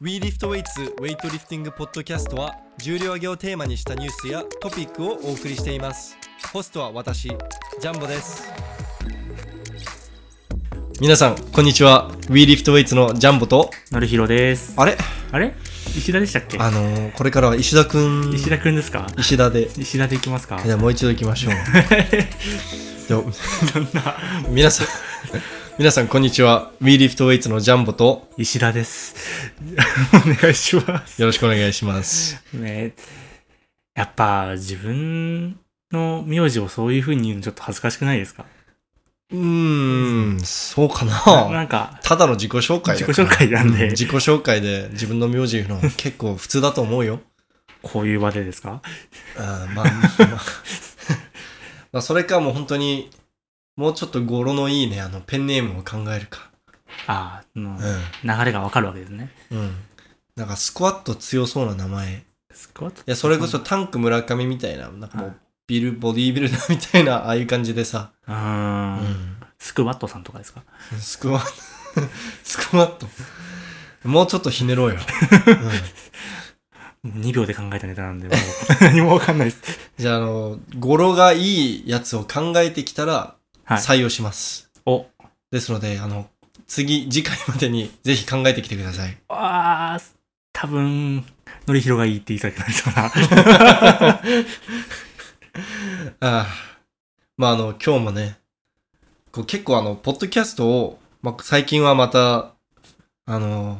We Lift Weights ウェイトリフティングポッドキャストは重量挙げをテーマにしたニュースやトピックをお送りしていますホストは私ジャンボです皆さんこんにちは We Lift Weights のジャンボとのりひろです。あれあれ石田でしたっけあのー、これからは石田くん石田くんですか石田で石田でいきますかじゃあもう一度行きましょうではそんな。皆さん 皆さんこんにちは We Lift Weights のジャンボと 石田 です。お願いします。よろしくお願いしますね、やっぱ自分の名字をそういう風に言うのちょっと恥ずかしくないですかうーんそうかなななんか、ただの自己紹介だ自己から紹介なんうんで、自己紹介で自分の名字言うのは結構普通だと思うよ。こういう場でですかあーまあ、ま あ、まあそれかもう本当に、もうちょっと語呂のいいね、あの、ペンネームを考えるか。ああ、のう流れがわかるわけですね。ん。うん。なんかスクワット強そうな名前。いスクワットや、それこそタンク村上みたいな、なんかもはうい、ビル、ボディービルダーみたいな、ああいう感じでさ。ううーん。ん。スクワットさんとかですかスクワット、スクワット。もうちょっとひねろ うよ。うん2秒で考えたネタなんで、もう 何もわかんないです。じゃあ、あの、語呂がいいやつを考えてきたら、はい採用します。お、ですので、あの、次、次回までに ぜひ考えてきてください。 ああ、多分、のりひろがいいって言いたくなりそう な。ああ。まあ、あの、今日もね、こう結構あの、ポッドキャストを、まあ、最近はまた、あの、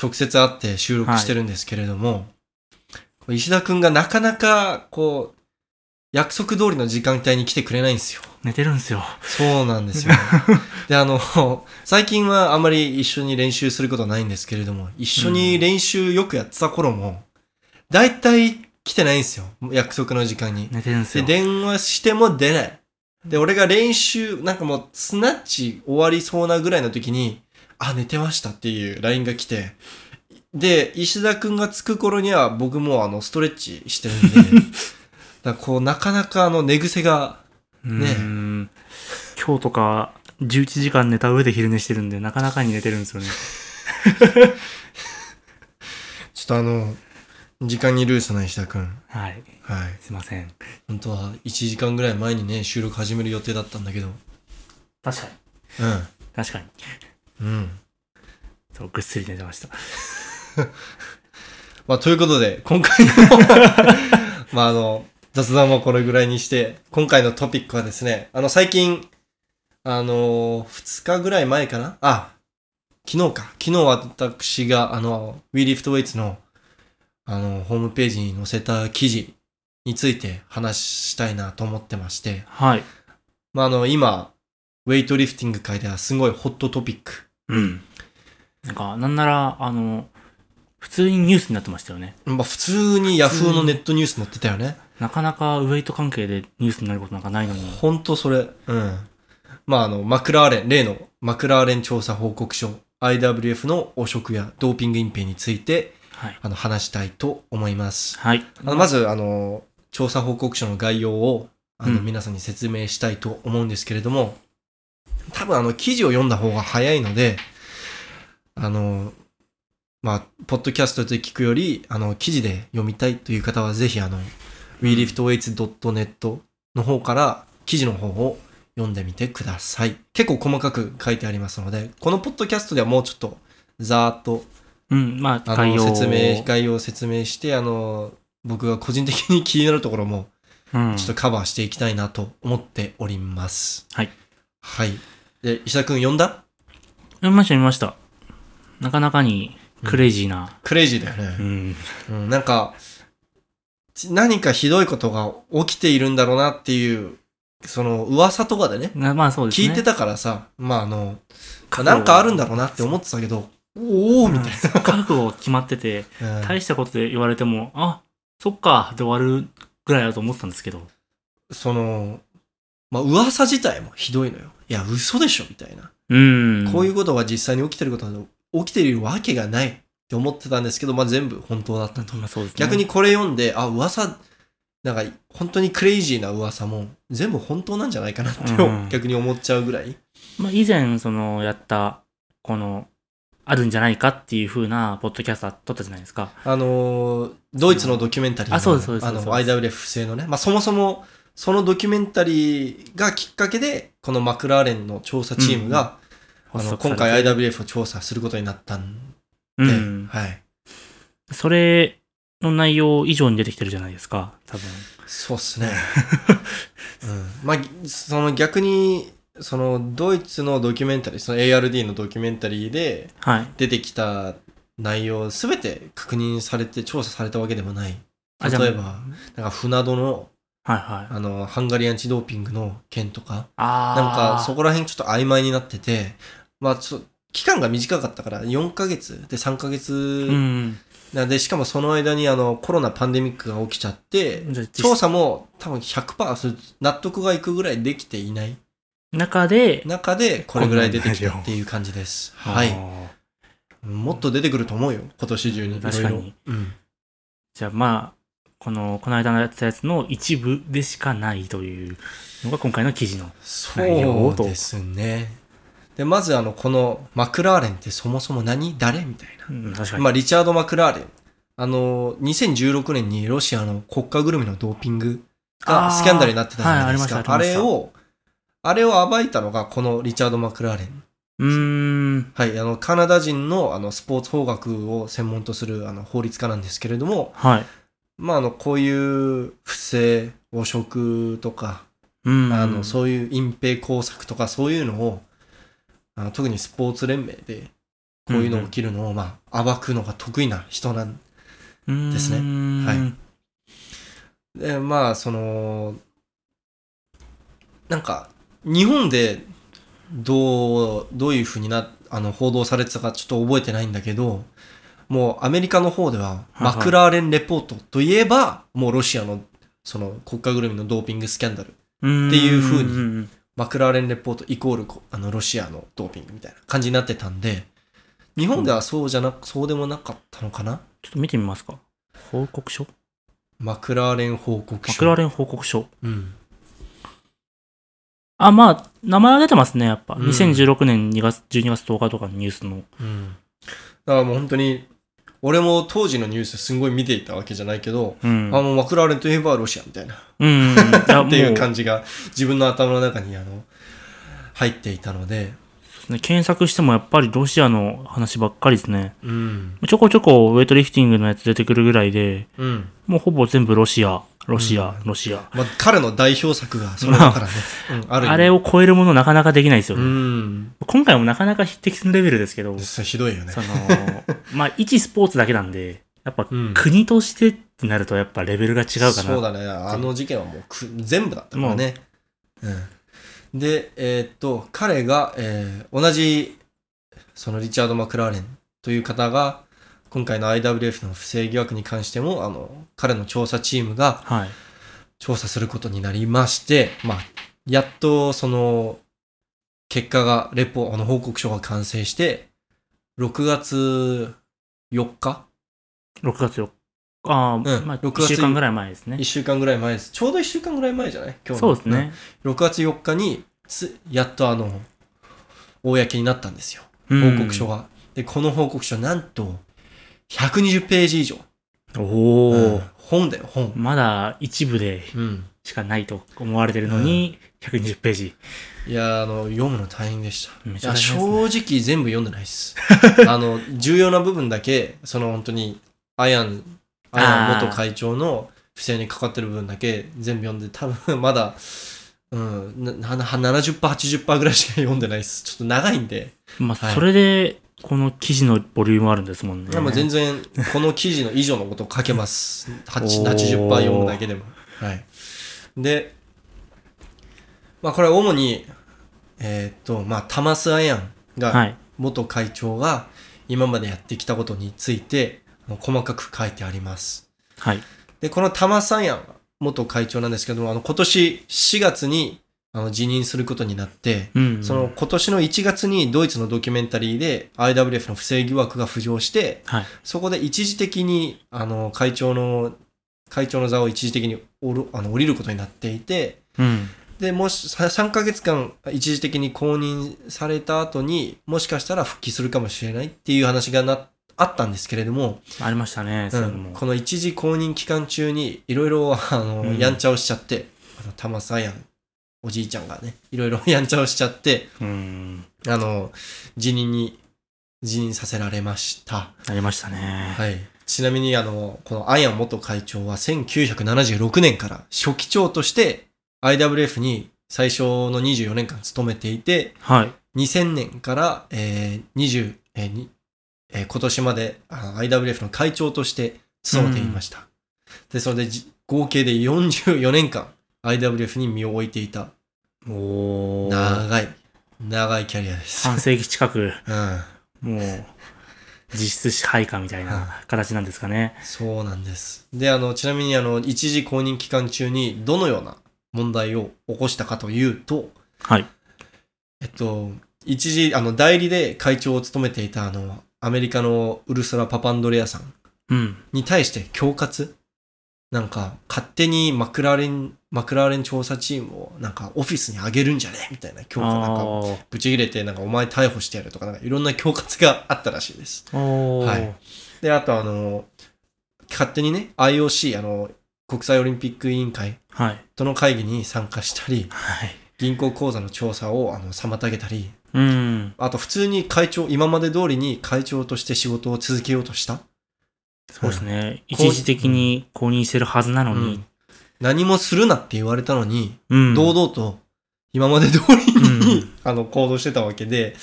直接会って収録してるんですけれども、こう石田くんがなかなか、こう、約束通りの時間帯に来てくれないんですよ。寝てるんすよ。そうなんです よ、ね。で、あの、最近はあまり一緒に練習することはないんですけれども、一緒に練習よくやってた頃も、だいたい来てないんですよ。約束の時間に。寝てるんすで、よ。電話しても出ない。で、俺が練習、なんかもう、スナッチ終わりそうなぐらいの時に、あ、寝てましたっていう LINE が来て、で、石田くんが着く頃には僕もあの、ストレッチしてるん で、だからこう、なかなかあの、寝癖がうーん今日とか、11時間寝た上で昼寝してるんで、なかなかに寝てるんですよね。ちょっとあの、時間にルースな石田くん。はい。はい。すいません。本当は1時間ぐらい前にね、収録始める予定だったんだけど。確かに。確かに。うん。うん。そう、ぐっすり寝てました。まあ、ということで、今回 の、まあ、あの、雑談はこれぐらいにして、今回のトピックはですね、あの、最近、あの、2日ぐらい前かなあ、昨日か。昨日私が、あの、We Lift Weights の、あの、ホームページに載せた記事について話したいなと思ってまして、はい。まあ、あの、今、ウェイトリフティング界ではすごいホットトピック。うん。なんか、なんなら、あの、普通にニュースになってましたよね。まあ、普通にヤフーのネットニュース載ってたよね。なかなかウェイト関係でニュースになることなんかないのに。ほんとそれ。うん。まあ、あの、マクラーレン、例のマクラーレン調査報告書、IWF の汚職やドーピング隠蔽について、はい。あの、話したいと思います。はい。あのまず、あの、調査報告書の概要を、あの、うん皆さんに説明したいと思うんですけれども、多分、あの、記事を読んだ方が早いので、あの、まあ、ポッドキャストで聞くより、あの、記事で読みたいという方は、ぜひ、あの、weliftweights.net の方から、記事の方を読んでみてください。結構細かく書いてありますので、このポッドキャストではもうちょっと、ざーっとうん、まあ、あ概の要を説明、概要を説明して、あの、僕が個人的に気になるところも、うんちょっとカバーしていきたいなと思っております。はい。はい。で、石田くん呼んだ見ました、見ました。なかなかにクレイジーな。クレイジーだようね。ん。うん、なんか、ち何かひどいことが起きているんだろうなっていう、その噂とかでね、なまあそうですね。聞いてたからさ、まああの、覚悟なんかあるんだろうなって思ってたけど、おおみたいうん覚悟が決まってて、な。 うん大したことで言われても、あ、そっか、で終わるぐらいだと思ってたんですけど。その、まあ噂自体もひどいのよ。いや、嘘でしょみたいな。うん。。こういううことが実際に起きてることなど起きてるわけがないって思ってたんですけど、まあ、全部本当だったと。まあそうですね。逆に。これ読んで、あ、噂、なんか本当にクレイジーな噂も全部本当なんじゃないかなって、うん逆に思っちゃうぐらい。まあ以前、その、やった、この、あるんじゃないかっていう風なポッドキャスト撮ったじゃないですか。あのードイツのドキュメンタリーのあそうですそうですあのそうです IWF 製のね、まあ、そもそもそのドキュメンタリーがきっかけでこのマクラーレンの調査チームが、あの今回間 IWF を調査することになったんうで、ん。はい、それの内容以上に出てきてるじゃないですか、多分。そうっすね、 うんまあ、その逆にそのドイツのドキュメンタリーその ARD のドキュメンタリーではい。出てきた内容全て確認されて調査されたわけでもないあ例じゃあえばなんか船戸のはいはい。あのハンガリアンチドーピングの件とかあなんかそこ。こら辺ちょっと曖昧になってて、まあちょ期間が短かったから4ヶ月で3ヶう月ん。なんで、しかもその間にあのコロナパンデミックが起きちゃって、じゃあ実調査も多分100%それ納得がいくぐらいできていない中で、中でこれぐらい出てきたっていう感じです。はあい。ーもっと出てくると思うよ、今年中に。確かに。いろいろ。うん。じゃあまあ、この、この間のやってたやつの一部でしかないというのが今回の記事の。そうですね。で、まずあの、このマクラーレンってそもそも何誰みたいな。うん、確かに。まあ、リチャード・マクラーレン。あの、2016年にロシアの国家ぐるみのドーピングがあースキャンダルになってたじゃないですか。はいあありましれたありまを、あれを暴いたのがこのリチャード・マクラーレン。うーん。はい、あの、カナダ人のあのスポーツ法学を専門とするあの法律家なんですけれども、はい。まあ、あの、こういう不正、汚職とか、うん。あの、そういう隠蔽工作とかそういうのを、あの特にスポーツ連盟で、こういうの起きるのを、まあ、暴くのが得意な人なんうんですねはいうんでまあそのなんか日本でどうどういうふうになあの報道されてたかちょっと覚えてないんだけどもうアメリカの方でははいはマいクラーレンレポートといえばもうロシアのその国家ぐるみのドーピングスキャンダルっていう風にに。マクラーレンレポートイコールこあのロシアのドーピングみたいな感じになってたんで日本ではそうじゃなくそうでもなかったのかなちょっと見てみますか。報告書マクラーレン報告書マクラーレン報告書。うんあ、まあ、名前は出てますね、やっぱ。うん2016年2月、12月10日とかのニュースの。うんだからもう本当に、俺も当時のニュースすごい見ていたわけじゃないけど、うん。あ、もうマクラーレンといえばロシアみたいな、 うん。っっていう感じ。じが自分の頭の中にあの、入っていたので、そうですね検索してもやっぱりロシアの話ばっかりですね。うん。ちょこちょこウェイトリフティングのやつ出てくるぐらいで、うん。もうほぼ全部ロシア、ロシア、うんロシア。まあ、彼の代表作がそれだからね、うん、ある意味あれを超えるものなかなかできないですようね。ん。今回もなかなか匹敵するレベルですけど、それひどいよねそ。の、 まあ、一スポーツだけなんで、やっぱうん国としてってなるとやっぱレベルが違うかそうな。だね。あの事件はもうく全部だったからね。うん。で、えーっと、彼が、えー同じ、そのリチャード・マクラーレンという方が、今回の IWF の不正疑惑に関しても、あの、彼の調査チームがはい。調査することになりまして、まあ、やっと、その、結果が、レポ、あの、報告書が完成して、6月4日6月4日。ああ、んまあ、 6 1月週間ぐらい前ですね ?1。週間ぐらい前です。ちょうど1週間ぐらい前じゃない今日のそうですね。 6月4日につやっとあの公になったんですようん報告書が、でこの報告書なんと120ページ以上、おお、うん本だよ本、まだ一部でうん、しかないと思われてるのに、120ページ。いやーあの読むの大変でしためいちゃや大正変ですね直全部読んでないです あの重要な部分だけその本当にアヤンアヤン元会長の不正にかかってる部分だけ全部読んで多分まだうん、なな 70%80% ぐらいしか読んでないですちょっと長いんでまはあ、いそれで、この記事のボリュームあるんですもんね。いやもう全然、この記事の以上のことを書け ます。8 70%おー読むだけでも。はい。で、まあこれは主に、えーっと、まあタマス・アヤンはが、い。元会長が今までやってきたことについて、あの細かく書いてあります。はい。で、このタマス・アヤンは元会長なんですけども、あの今年4月にあの辞任することになって、うん。その、今年の1月にドイツのドキュメンタリーで IWF の不正疑惑が浮上して、はい。そこで一時的に、あの、会長の、会長の座を一時的におるあの降りることになっていて、うん。で、もし、さ3ヶ月間一時的に公認された後に、もしかしたら復帰するかもしれないっていう話がな、あったんですけれども、ありましたね、そうういうのんも。この一時公認期間中に、いろいろ、あの、うんやんちゃをしちゃって、あの、たまさやん、おじいちゃんがね、いろいろ やんちゃをしちゃって、うん。あの、辞任に、辞任させられました。ありましたね。はい。ちなみに、あの、このアヤン元会長は1976年から初期長として IWF に最初の24年間勤めていて、はい。 2000年から、えー20、えーにえー今年まであ IWF の会長として勤めていました。ですので、じ合計で44年間 IWF に身を置いていたおー。長い、長いキャリアです。半世紀近く、うん。もう、実質支配下みたいな形なんですかね。そうなんです。で、あの、ちなみに、あの、一時公認期間中にどのような問題を起こしたかというと、はい。えっと、一時、あの、代理で会長を務めていた、あの、アメリカのウルスラ・パパンドレアさんうん。に対して恐喝なんか、勝手にマクラーレン、マクラーレン調査チームを、なんか、オフィスに上げるんじゃねえみたいな恐喝、なんか、あーぶち切れて、なんか、お前逮捕してやるとか、なんか、いろんな恐喝があったらしいです。おー。はいで、あとあの、勝手にね、IOC、あの、国際オリンピック委員会はい。との会議に参加したり、はい。銀行口座の調査をあの妨げたり、うん。あと普通に会長、今まで通りに会長として仕事を続けようとした。そうですね。こう一時的に公認してるはずなのうにん。何もするなって言われたのに、うん。堂々と今まで通りに、うん あの行動してたわけで、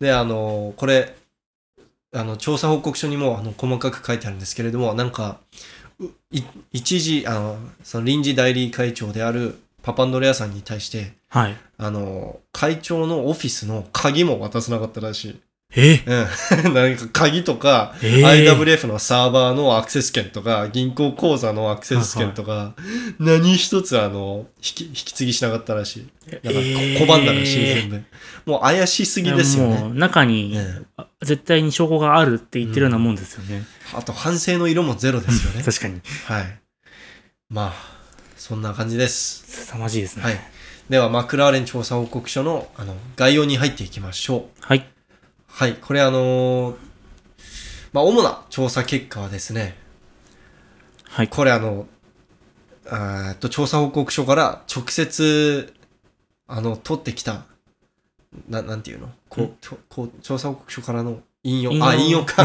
で、あの、これ、あの、調査報告書にもあの細かく書いてあるんですけれども、なんか、うい一時、あの、その臨時代理会長であるパパンドレアさんに対して、はい。あの、会長のオフィスの鍵も渡さなかったらしい。えうん。 なんか鍵とか、えー IWF のサーバーのアクセス権とか、銀行口座のアクセス権とか、何一つあの、引き、引き継ぎしなかったらしい。だから、こえー拒んだらしい、全部。もう怪しすぎですよね。もう中にうんあ絶対に証拠があるって言ってるようなもんですよね。あと、反省の色もゼロですよね。確かに。はい。まあ、そんな感じです。凄まじいですね。はい。では、マクラーレン調査報告書の、あの、概要に入っていきましょう。はい。はい、これあのーまあ、主な調査結果はですね、はい。これあの、あーっと、調査報告書から直接、あの、取ってきた、な、なんていうのこう、ちょこう、調査報告書からの引用、引用あ、引用 か。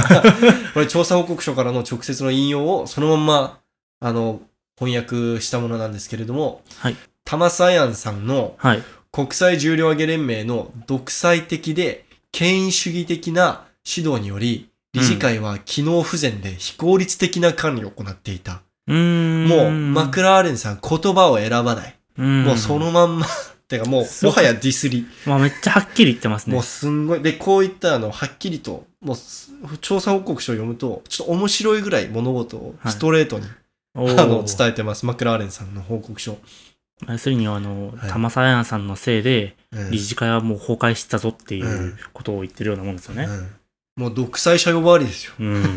これ調査報告書からの直接の引用をそのまんま、あの、翻訳したものなんですけれども、はい。タマサヤンさんのはい。国際重量挙げ連盟の独裁的で権威主義的な指導により、理事会は機能不全で非効率的な管理を行っていた。うーん。もう、マクラーレンさん言葉を選ばない。うん、もうそのまんま。 てかもう、そうもはやディスり。まあめっちゃはっきり言ってますね。もうすんごい。で、こういったあの、はっきりと、もうす、調査報告書を読むと、ちょっと面白いぐらい物事をストレートに、おあの、ー伝えてます。マクラーレンさんの報告書。要するに、あの、はい玉沢屋さんのせいで、うん理事会はもう崩壊したぞっていうんうことを言ってるようなもんですよね。うんもう独裁者呼ばわりですよ。 うん。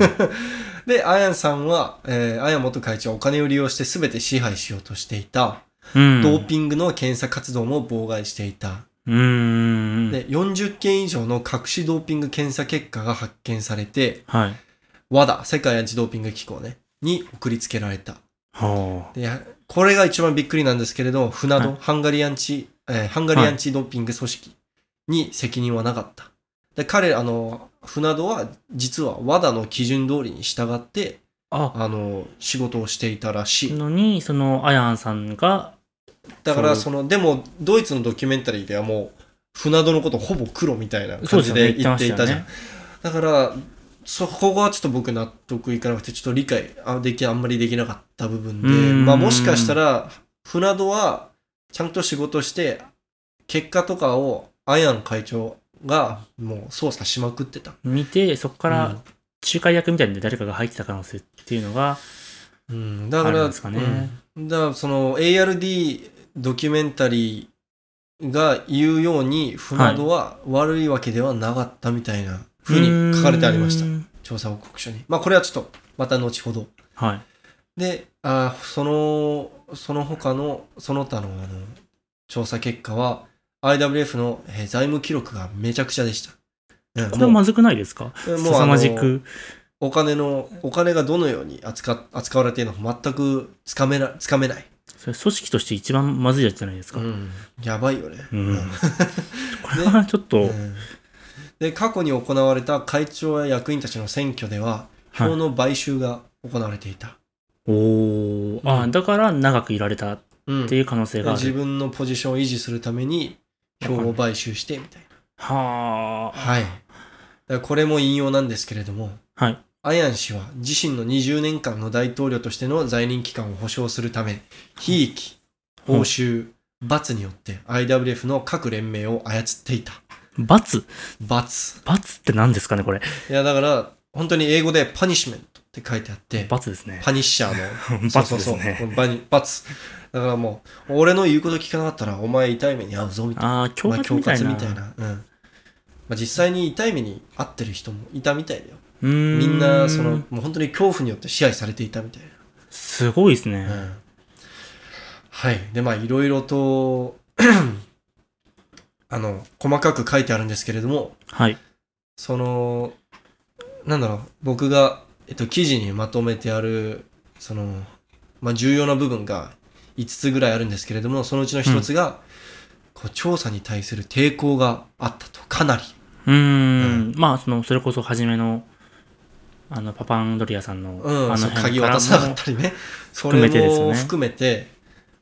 で、アヤンさんは、えーアヤン元会長はお金を利用して全て支配しようとしていた。うん。ドーピングの検査活動も妨害していた。うーん。で、40件以上の隠しドーピング検査結果が発見されて、はい。 WADA、世界アンチドーピング機構ね、に送りつけられた。はあ。で、これが一番びっくりなんですけれど、フナド、はいハンガリーアンチ、えーハンガリーアンチドーピング組織に責任はなかった。で、彼、あの、フナドは、実は WADA の基準通りに従って、あ、あの、仕事をしていたらしい。のに、その、アヤンさんが、だからそそのでもドイツのドキュメンタリーではもう船戸のことほぼ黒みたいな感じで言っていたじゃん、そうでだからそこがちょっと僕納得いかなくてちょっと理解あできあんまりできなかった部分でうーんまあ、もしかしたら船戸はちゃんと仕事して結果とかをアヤン会長がもう操作しまくってた見て、そこかうらん、仲介役みたいなんで誰かが入ってた可能性っていうのが、うん、だかあら、るんですかねうんだからその ARD ドキュメンタリーが言うように、船戸は悪いわけではなかったみたいな風に書かれてありましたう。ん調査報告書に。まあこれはちょっと、また後ほど。はい。で、あーその、その他の、その他のあの調査結果は、IWF のえー財務記録がめちゃくちゃでした。うんこれはもうまずくないですかもう凄まじく。お金の、お金がどのように扱扱われているのか全くつかめな、つかめない。それ組織として一番まずいやつじゃないですか。うん。やばいよね。 うんうんこれはちょっと、うんで、過去に行われた会長や役員たちの選挙では、はい票の買収が行われていた。おーあ、うんだから長くいられたっうんていう可能性があ自る。分のポジションを維持するために票を買収してみたいはな。あ。はい。だからこれも引用なんですけれども、はい。アヤン氏は自身の20年間の大統領としての在任期間を保障するため、非域、報酬、罰によって IWF の各連盟を操っていた。罰罰。罰って何ですかね、これ。いや、だから、本当に英語でパニッシュメントって書いてあって、罰ですね。パニッシャーの 罰ですそうそうね。そうバニ罰。だからもう、俺の言うこと聞かなかったら、お前痛い目に遭うぞ、みたいな。ああ、恐まあ、喝みたいな。恐喝みたいなうんまあ、実際に痛い目に遭ってる人もいたみたいだようーんみんなそのもう本当に恐怖によって支配されていたみたいすごいですね。な、うんはいでまあいろいろと あの細かく書いてあるんですけれどもはい。そのなんだろう僕が、えっと、記事にまとめてあるその、まあ、重要な部分が5つぐらいあるんですけれどもそのうちの1つが、こう調査に対する抵抗があったとかなりうーん。まあ、その、それこそ初めの、あの、パパンドリアさんの、うん、あそのう鍵辺渡からさなかもっ、たりね。そ含れめてですよねも含めて、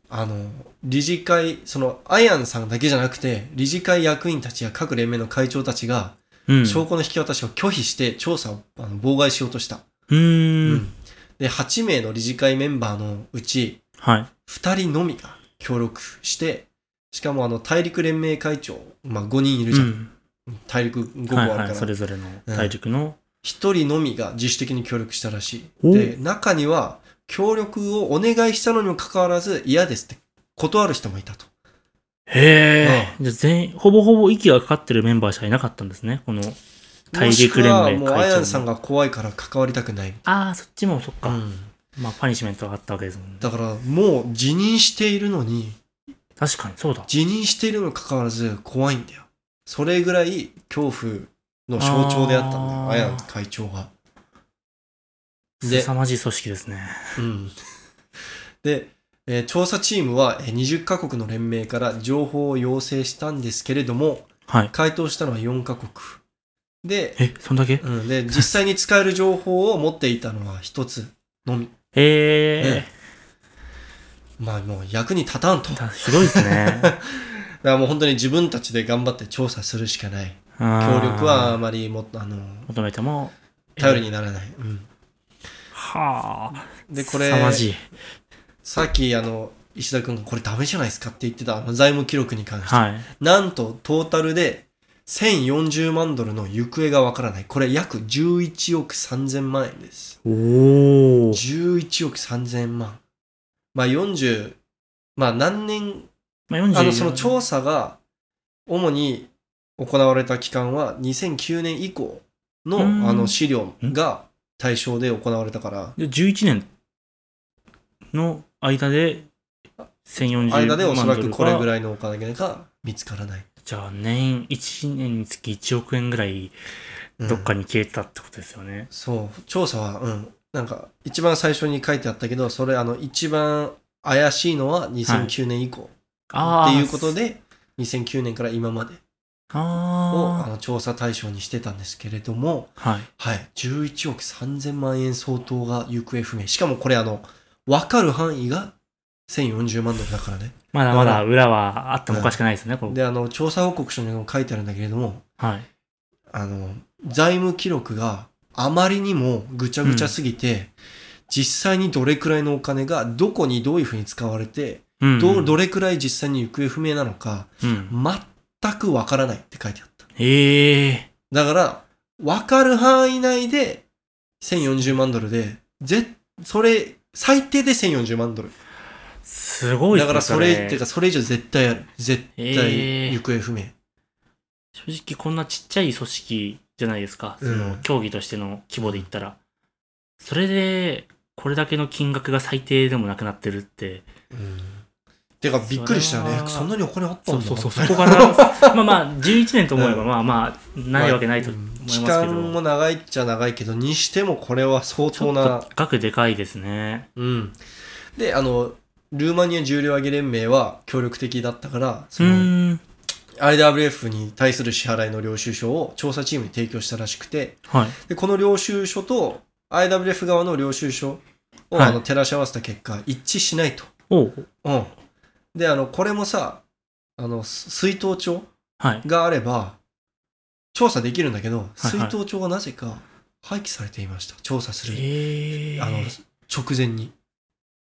あの、理事会、その、アヤンさんだけじゃなくて、理事会役員たちや各連盟の会長たちが、うん。う証拠の引き渡しを拒否して調査をあの妨害しようとした。ー。うんんで、8名の理事会メンバーのうち、はい。 2人のみが協力して、しかもあの、大陸連盟会長、まあ5人いるじゃん。うん大陸5個あはいるから。はい。それぞれの大陸の、一人のみが自主的に協力したらしい。おで、中には協力をお願いしたのにもかかわらず嫌ですって断る人もいたと。へえ、じゃあ全員、ほぼほぼ息がかかってるメンバーしかいなかったんですね、この大陸連もし盟くはもうア会ヤン長さんの。が怖いから関わりたくない。ああ、そっちもそっか。うんまあ、パニッシュメントがあったわけですもんね。だからもう辞任しているのに、確かに、そうだ。辞任しているのにかかわらず怖いんだよ。それぐらい恐怖の象徴であったんだあよ、ーアヤン会長が。で凄まじい組織ですね。うん で、えー調査チームはえー20カ国の連盟から情報を要請したんですけれども、はい。回答したのは4カ国。で、え、そんだけうん、で、実際に使える情報を持っていたのは一つのみ。ええまあもう役に立たんと。だかだひどいですね。らもう本当に自分たちで頑張って調査するしかない。協 協力はあまりも、あの、求めても、頼りにならない。うん。はあ。で、これ凄、まじい。さっきあの、石田君がこれダメじゃないですかって言ってたあの財務記録に関して。はい。なんとトータルで1040万ドルの行方がわからない。これ約11億3000万円です。おお。 11億3000万。まあ40、まあ何年、まあ、40あのその調査が主に行われた期間は2009年以降のうんあの資料が対象で行われたから、で11年の間で1040万間でおそらドくルがこれぐらいのお金が見つからない。じゃあ年1年につき1億円ぐらいうんどっかに消えてたってことですよね、そう、調査は、うん、なんか一番最初に書いてあったけど、それあの一番怪しいのは2009年以降っああていうことで、2009年から今までをああの調査対象にしてたんですけれども、あはいはい、11億3000万円相当が行方不明。しかもこれあの、わかる範囲が1040万ドルだからね。まだまだ裏はあってもおかしくないですね、これで、あの、調査報告書にも書いてあるんだけれども、はいあの、財務記録があまりにもぐちゃぐちゃすぎて、実際にどれくらいのお金がどこにどういうふうに使われて、うんどうどれ、れくらい実際に行方不明なのか、うん、全くわからないって書いてあった。ええだから、わかる範囲内で1040万ドルで、ぜ、それ、最低で1040万ドル。すごいだですねからそれ、って正かそれ以上絶対ある。絶え対ー行方不明。直こんなちっちゃい組織じゃないですかそのうん競技としての規模で言ったら、それでこれだけの金額が最低でもなくなってるってうんてか、びっくりしたよそれね。はそんなにお金あったそんうだそうそう、そこから、まあまあ、11年と思えば、まあまあ、ないわけないと思います期けど、間も長いっちゃ長いけど、にしてもこれは相ち当ょっなと、額でかいですね。うん。で、あの、ルーマニア重量挙げ連盟は協力的だったから、うその、ーん。 IWF に対する支払いの領収書を調査チームに提供したらしくて、はい。で、この領収書と IWF 側の領収書を、はいあの照らし合わせた結果、一致しないと。おううん。で、あの、これもさ、あの、す水頭帳はい。があれば、調査できるんだけど、はい水頭帳がなぜか廃棄されていました。調査する、えー。あの、直前に。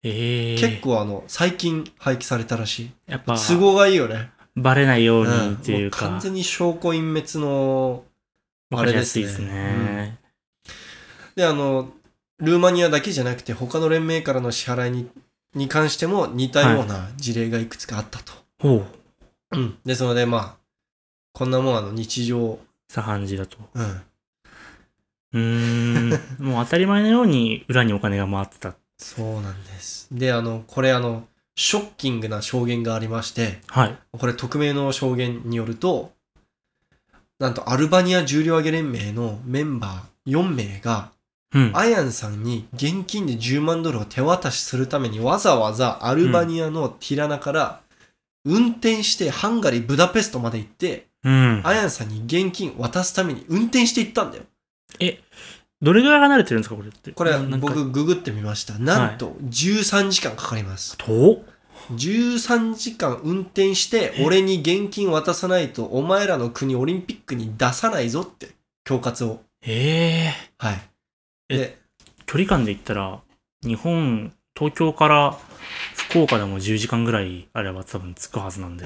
えー、結構あの、最近廃棄されたらしい。やっぱ、都合がいいよね。バレないようにんっていうもうか完、全に証拠隠滅の、わかりやすいですあれですね。で、あの、ルーマニアだけじゃなくて、他の連盟からの支払いに、に関しても似たような事例がいくつかあったと。おううん。ですので、まあ、こんなもんあの、日常、茶飯事だと。うん。うーん。もう当たり前のように裏にお金が回ってた。そうなんです。で、あの、これあの、ショッキングな証言がありまして、はい。これ匿名の証言によると、なんとアルバニア重量挙げ連盟のメンバー4名が、うん。アヤンさんに現金で10万ドルを手渡しするためにわざわざアルバニアのティラナから運転してハンガリー、ブダペストまで行って、うん。アヤンさんに現金渡すために運転して行ったんだよ。どれぐらい離れてるんですか、これって。これなんか。僕ググってみました。なんと13時間かかります。と13時間運転して俺に現金渡さないとお前らの国オリンピックに出さないぞって恐喝をええはいえで距離感で言ったら、日本、東京から福岡でも10時間ぐらいあれば多分着くはずなんで、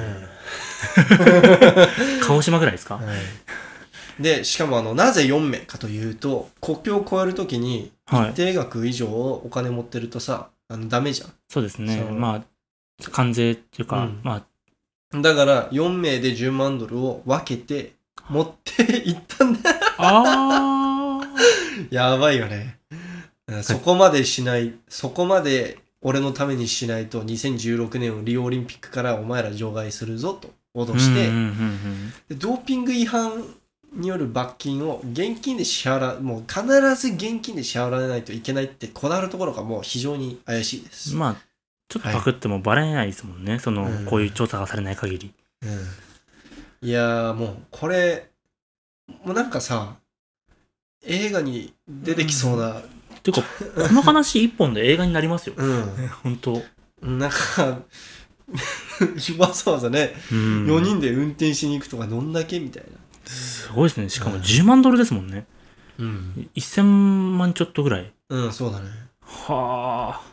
鹿児島ぐらいですか、はいでしかもあのなぜ4名かというと国境を越えるときにはい。定額以上お金持ってるとさあのダメじゃそうですね。そうまあ、関税っていうか、うんまんだから4名で10万ドルを分けて持って行ったんだよあ、あー。やばいよねうんそこまでしないそこまで俺のためにしないと2016年をリオオリンピックからお前ら除外するぞと脅して、うんうんうんうんでドーピング違反による罰金を現金で支払うもう必ず現金で支払わないといけないってこだわるところがもう非常に怪しいです、まあ、ちょっとパクってもバレないですもんね。その、うんこういう調査がされない限り。いやーもうこれもうなんかさ映画に出てきそうなていうか、この話一本で映画になりますよ。うん、 本当。なんか わざわざね、うん4人で運転しに行くとかどんだけみたいな、すごいですね。しかもうん10万ドルですもんね。うん、 1000万ちょっとぐらい。うん、そうだねはあ。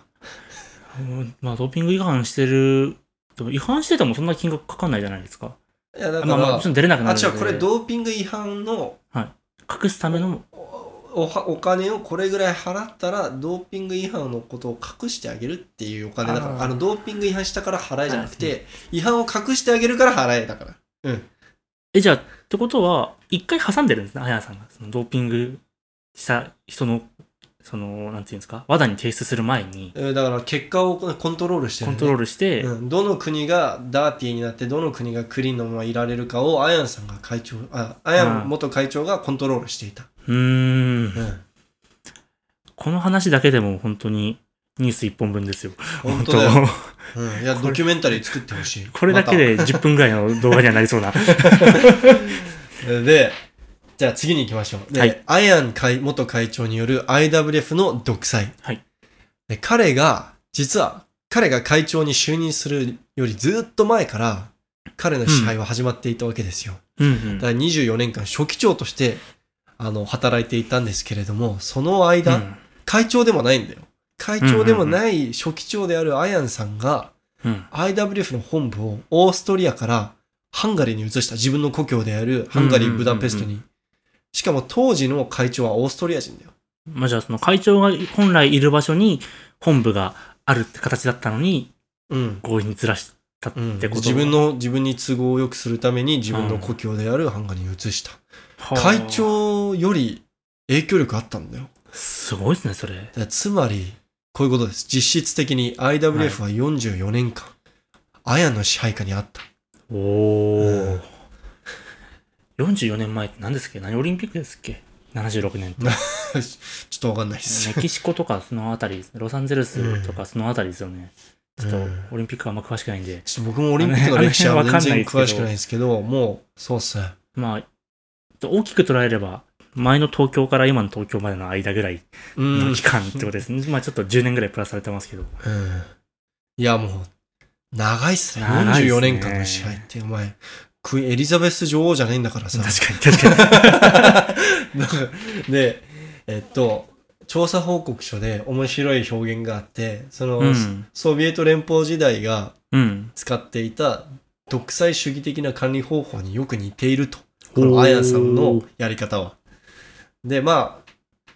うんまあ、ドーピング違反してる。でも違反しててもそんな金額かかんないじゃないですか。いやだから、まあまあ、もちろん出れなくなある違うこれので。ドーピング違反の隠すための、おはお金をこれぐらい払ったらドーピング違反のことを隠してあげるっていうお金だからああーのドーピング違反したから払えじゃなくて違反を隠してあげるから払えだからえ、じゃあ、ってことは、一回挟んでるんですね、あやさんが。そのドーピングした人の、その、なんていうんですか、WADA に提出する前に、えーだから結果をコントロールしてる、コね、ントロールして、うん、どの国がダーティーになってどの国がクリーンのままいられるかをアヤンさんが会長あアヤン元会長がコントロールしていた、うーうん、ん、この話だけでも本当にニュース一本分ですよ。本当だよ、本うん、いやこれドキュメンタリー作ってほしい 当これだけで10分ぐらいの動画にはなりそ うな。で、じゃあ次に行きましょう。で、はいアヤン会元会長による IWF の独裁。はいで彼が、実は、彼が会長に就任するよりずっと前から、彼の支配は始まっていたわけですよ。うんうだんから24年間、初期長として、あの、働いていたんですけれども、そのう間、ん会長でもないんだよ。会長でもない初期長であるアヤンさんが、うん。 IWF の本部をオーストリアからハンガリーに移した自分の故郷であるハンガリうんー・うんうブんうんダペストに。しかも当時の会長はオーストリア人だよ。まあじゃあその会長が本来いる場所に本部があるって形だったのに、うん。強引にずらしたっうんてことは自分、の、自分に都合を良くするために自分の故郷であるハンガリーに移した。はあ会長より影響力あったんだよ。すごいですね、それだ。からつまり、こういうことです。実質的に IWF は44年間、アヤの支配下にあった。おお、うん44年前って何ですっけ何オリンピックですっけ ?76 年って。 ちょっとわかんないです。メキシコとかそのあたり、ロサンゼルスとかそのあたりですよね。うんちょっうんとオリンピックはあんま詳しくないんで。ちょっと僕もオリンピックの歴史はあの辺全わかんな然いですけど詳しくないですけど、もう、そうっすね。まあ、大きく捉えれば、前の東京から今の東京までの間ぐらいうん。うのん期。間ってことですね。まあちょっと10年ぐらいプラスされてますけど。いや、もう、長いっすね。長いっすね44年間の支配って、お前、クイーンエリザベス女王じゃないんだからさ。確かに確かに。 で、えっと、調査報告書で面白い表現があって、その、うん。ソビエト連邦時代がうん。使っていた独裁主義的な管理方法によく似ていると。このアヤさんのやり方は。で、まあ、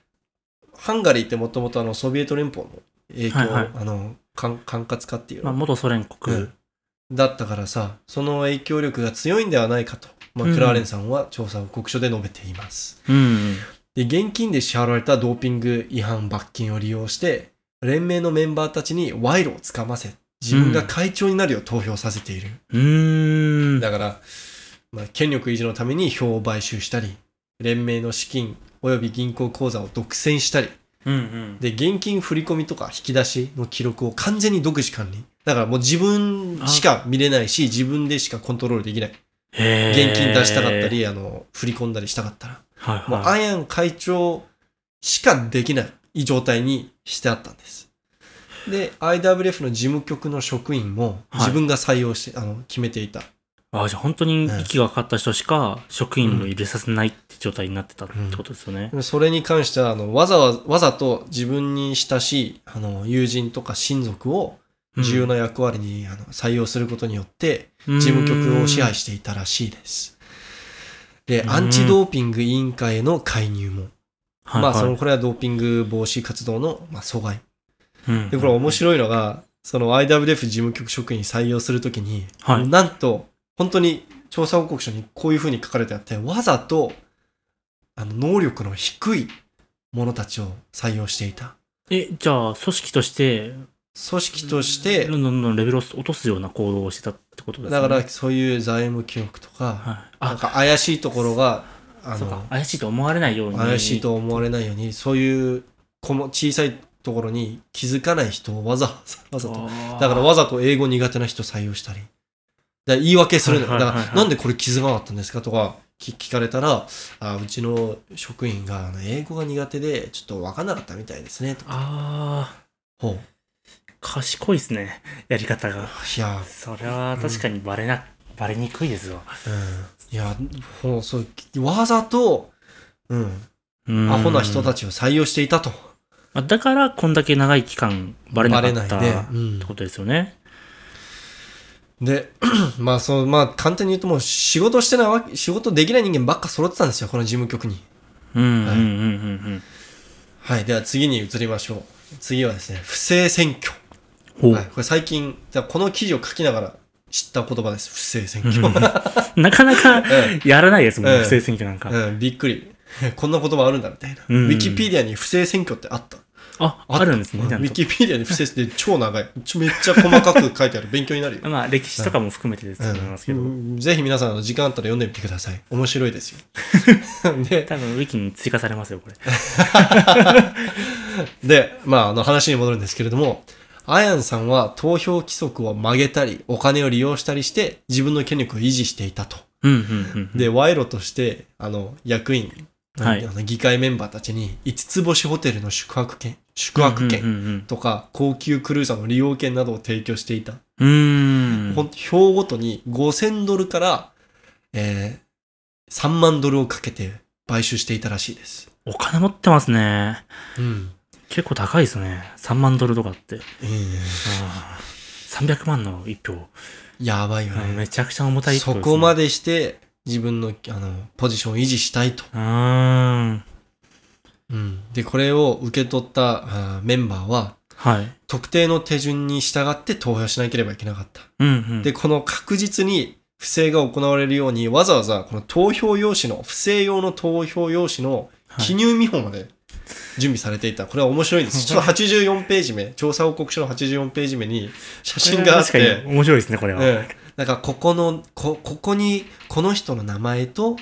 ハンガリーってもともとあのソビエト連邦の影響、はいはいあの、管管轄化っていうの、まあ元ソ連国。うんだったからさ、その影響力が強いんではないかと、まあ、うんクラーレンさんは調査報告書で述べています。うん。で、現金で支払われたドーピング違反罰金を利用して、連盟のメンバーたちに賄賂をつかませ、自分が会長になるよう投票させている。うーん。だから、まあ、権力維持のために票を買収したり、連盟の資金及び銀行口座を独占したり、うんうん。で、現金振り込みとか引き出しの記録を完全に独自管理。だからもう自分しか見れないし、自分でしかコントロールできない。へー現金出したかった、り、あの、振り込んだりしたかったら。はいもうはアイアン会長しかできない状態にしてあったんです。で、IWF の事務局の職員もはい自分が採用して、あの、決めていた。い、あじゃあ本当に息がかかった人しか職員も入れさせないって状態になってたってことですよね。でもそれに関しては、あの、わざわざ、わざと自分に親しい、あの、友人とか親族をうん重要な役割に、あの採用することによって、事務局を支配していたらしいです。で、うんアンチドーピング委員会への介入も。はいまはいあ、その、これはドーピング防止活動の、まあ、阻害。うんで、これ面白いのが、その IWF 事務局職員採用するときに、はいなんと、本当に調査報告書にこういうふうに書かれてあって、わざと、あの、能力の低い者たちを採用していた。え、じゃあ、組織として、組織としてど、んどんどんレベルを落とすような行動をしてたってことですね。だからそういう財務記録とはか、い、なんあ、か怪しいところが、あそうかの、、怪しいと思われないように。怪しい。と思われないように、そういうこの小さいところに気づかない人をわざわざ、わざとだからわわざと英語苦手な人採用したり。だから言い訳するのよ。はだいはいはいはいから、なんでこれ気づかなかったんですかとか聞聞かれたら、あうちの職員があの英語が苦手で、ちょっと分かんなかったみたいですね。とあほう。ー、賢いですね。やり方が。いや、それは確かにバレな、バレにくいですわ。うん。いや、ほう、そう、わざと、うん、うんアホな人たちを採用していたと。まあだから、こんだけ長い期間、バレなかっバたレっないでうんてことですよね。で、まあ、そう、まあ、簡単に言うともう仕事してないわけ、仕事できない人間ばっか揃ってたんですよ、この事務局に。うん、うん、うん、はいうん、はい、では次に移りましょう。次はですね、不正選挙。うん。はい、これ最近、じゃあこの記事を書きながら知った言葉です。不正選挙。ほう。なかなか、やらないですもんうんね、不正選挙なん か。うん、びっくり。こんな言葉あるんだみたいな。うんウィキペディアに不正選挙ってあった。あ、あるんですね、ウちゃんィと。キペディアに不正って超長い。ちょめっちゃ細かく書いてある。勉強になるよ。 まあ、歴史とかも含めてですと思いますけうど。んぜひ皆さん、時間あったら読んでみてください。面白いですよ。 で、多分、ウィキに追加されますよ、これ。で、まあ、あの話に戻るんですけれども、アヤンさんは投票規則を曲げたり、お金を利用したりして、自分の権力を維持していたと。うん、うん、うん。で、賄賂として、あの、役員、はいあの議会メンバーたちに、5つ星ホテルの宿泊券、宿泊う券んうんとか、高級クルーザーの利用券などを提供していた。うん、うん。ほんと、票ごとに5000ドルから、えー3万ドルをかけて買収していたらしいです。お金持ってますね。うん。結構高いですね。3万ドルとかって。えあー300万の一票。ーやばいようんね。めちゃくちゃ重たい一票そこまででして、自分の、あの、ポジションを維持したいと。すね。うーん。うん。で、これを受け取ったあーメンバーは、はい。特定の手順に従って投票しなければいけなかった。うん、うん。で、この確実に不正が行われるように、わざわざこの投票用紙の、不正用の投票用紙のはい記入見本まで準備されていた。これは面白い です。ちょっと84ページ目、調査報告書の84ページ目に写真があっ確かて、に面白いですね、これは。ええなんかここの、こ、ここに、この人の名前と、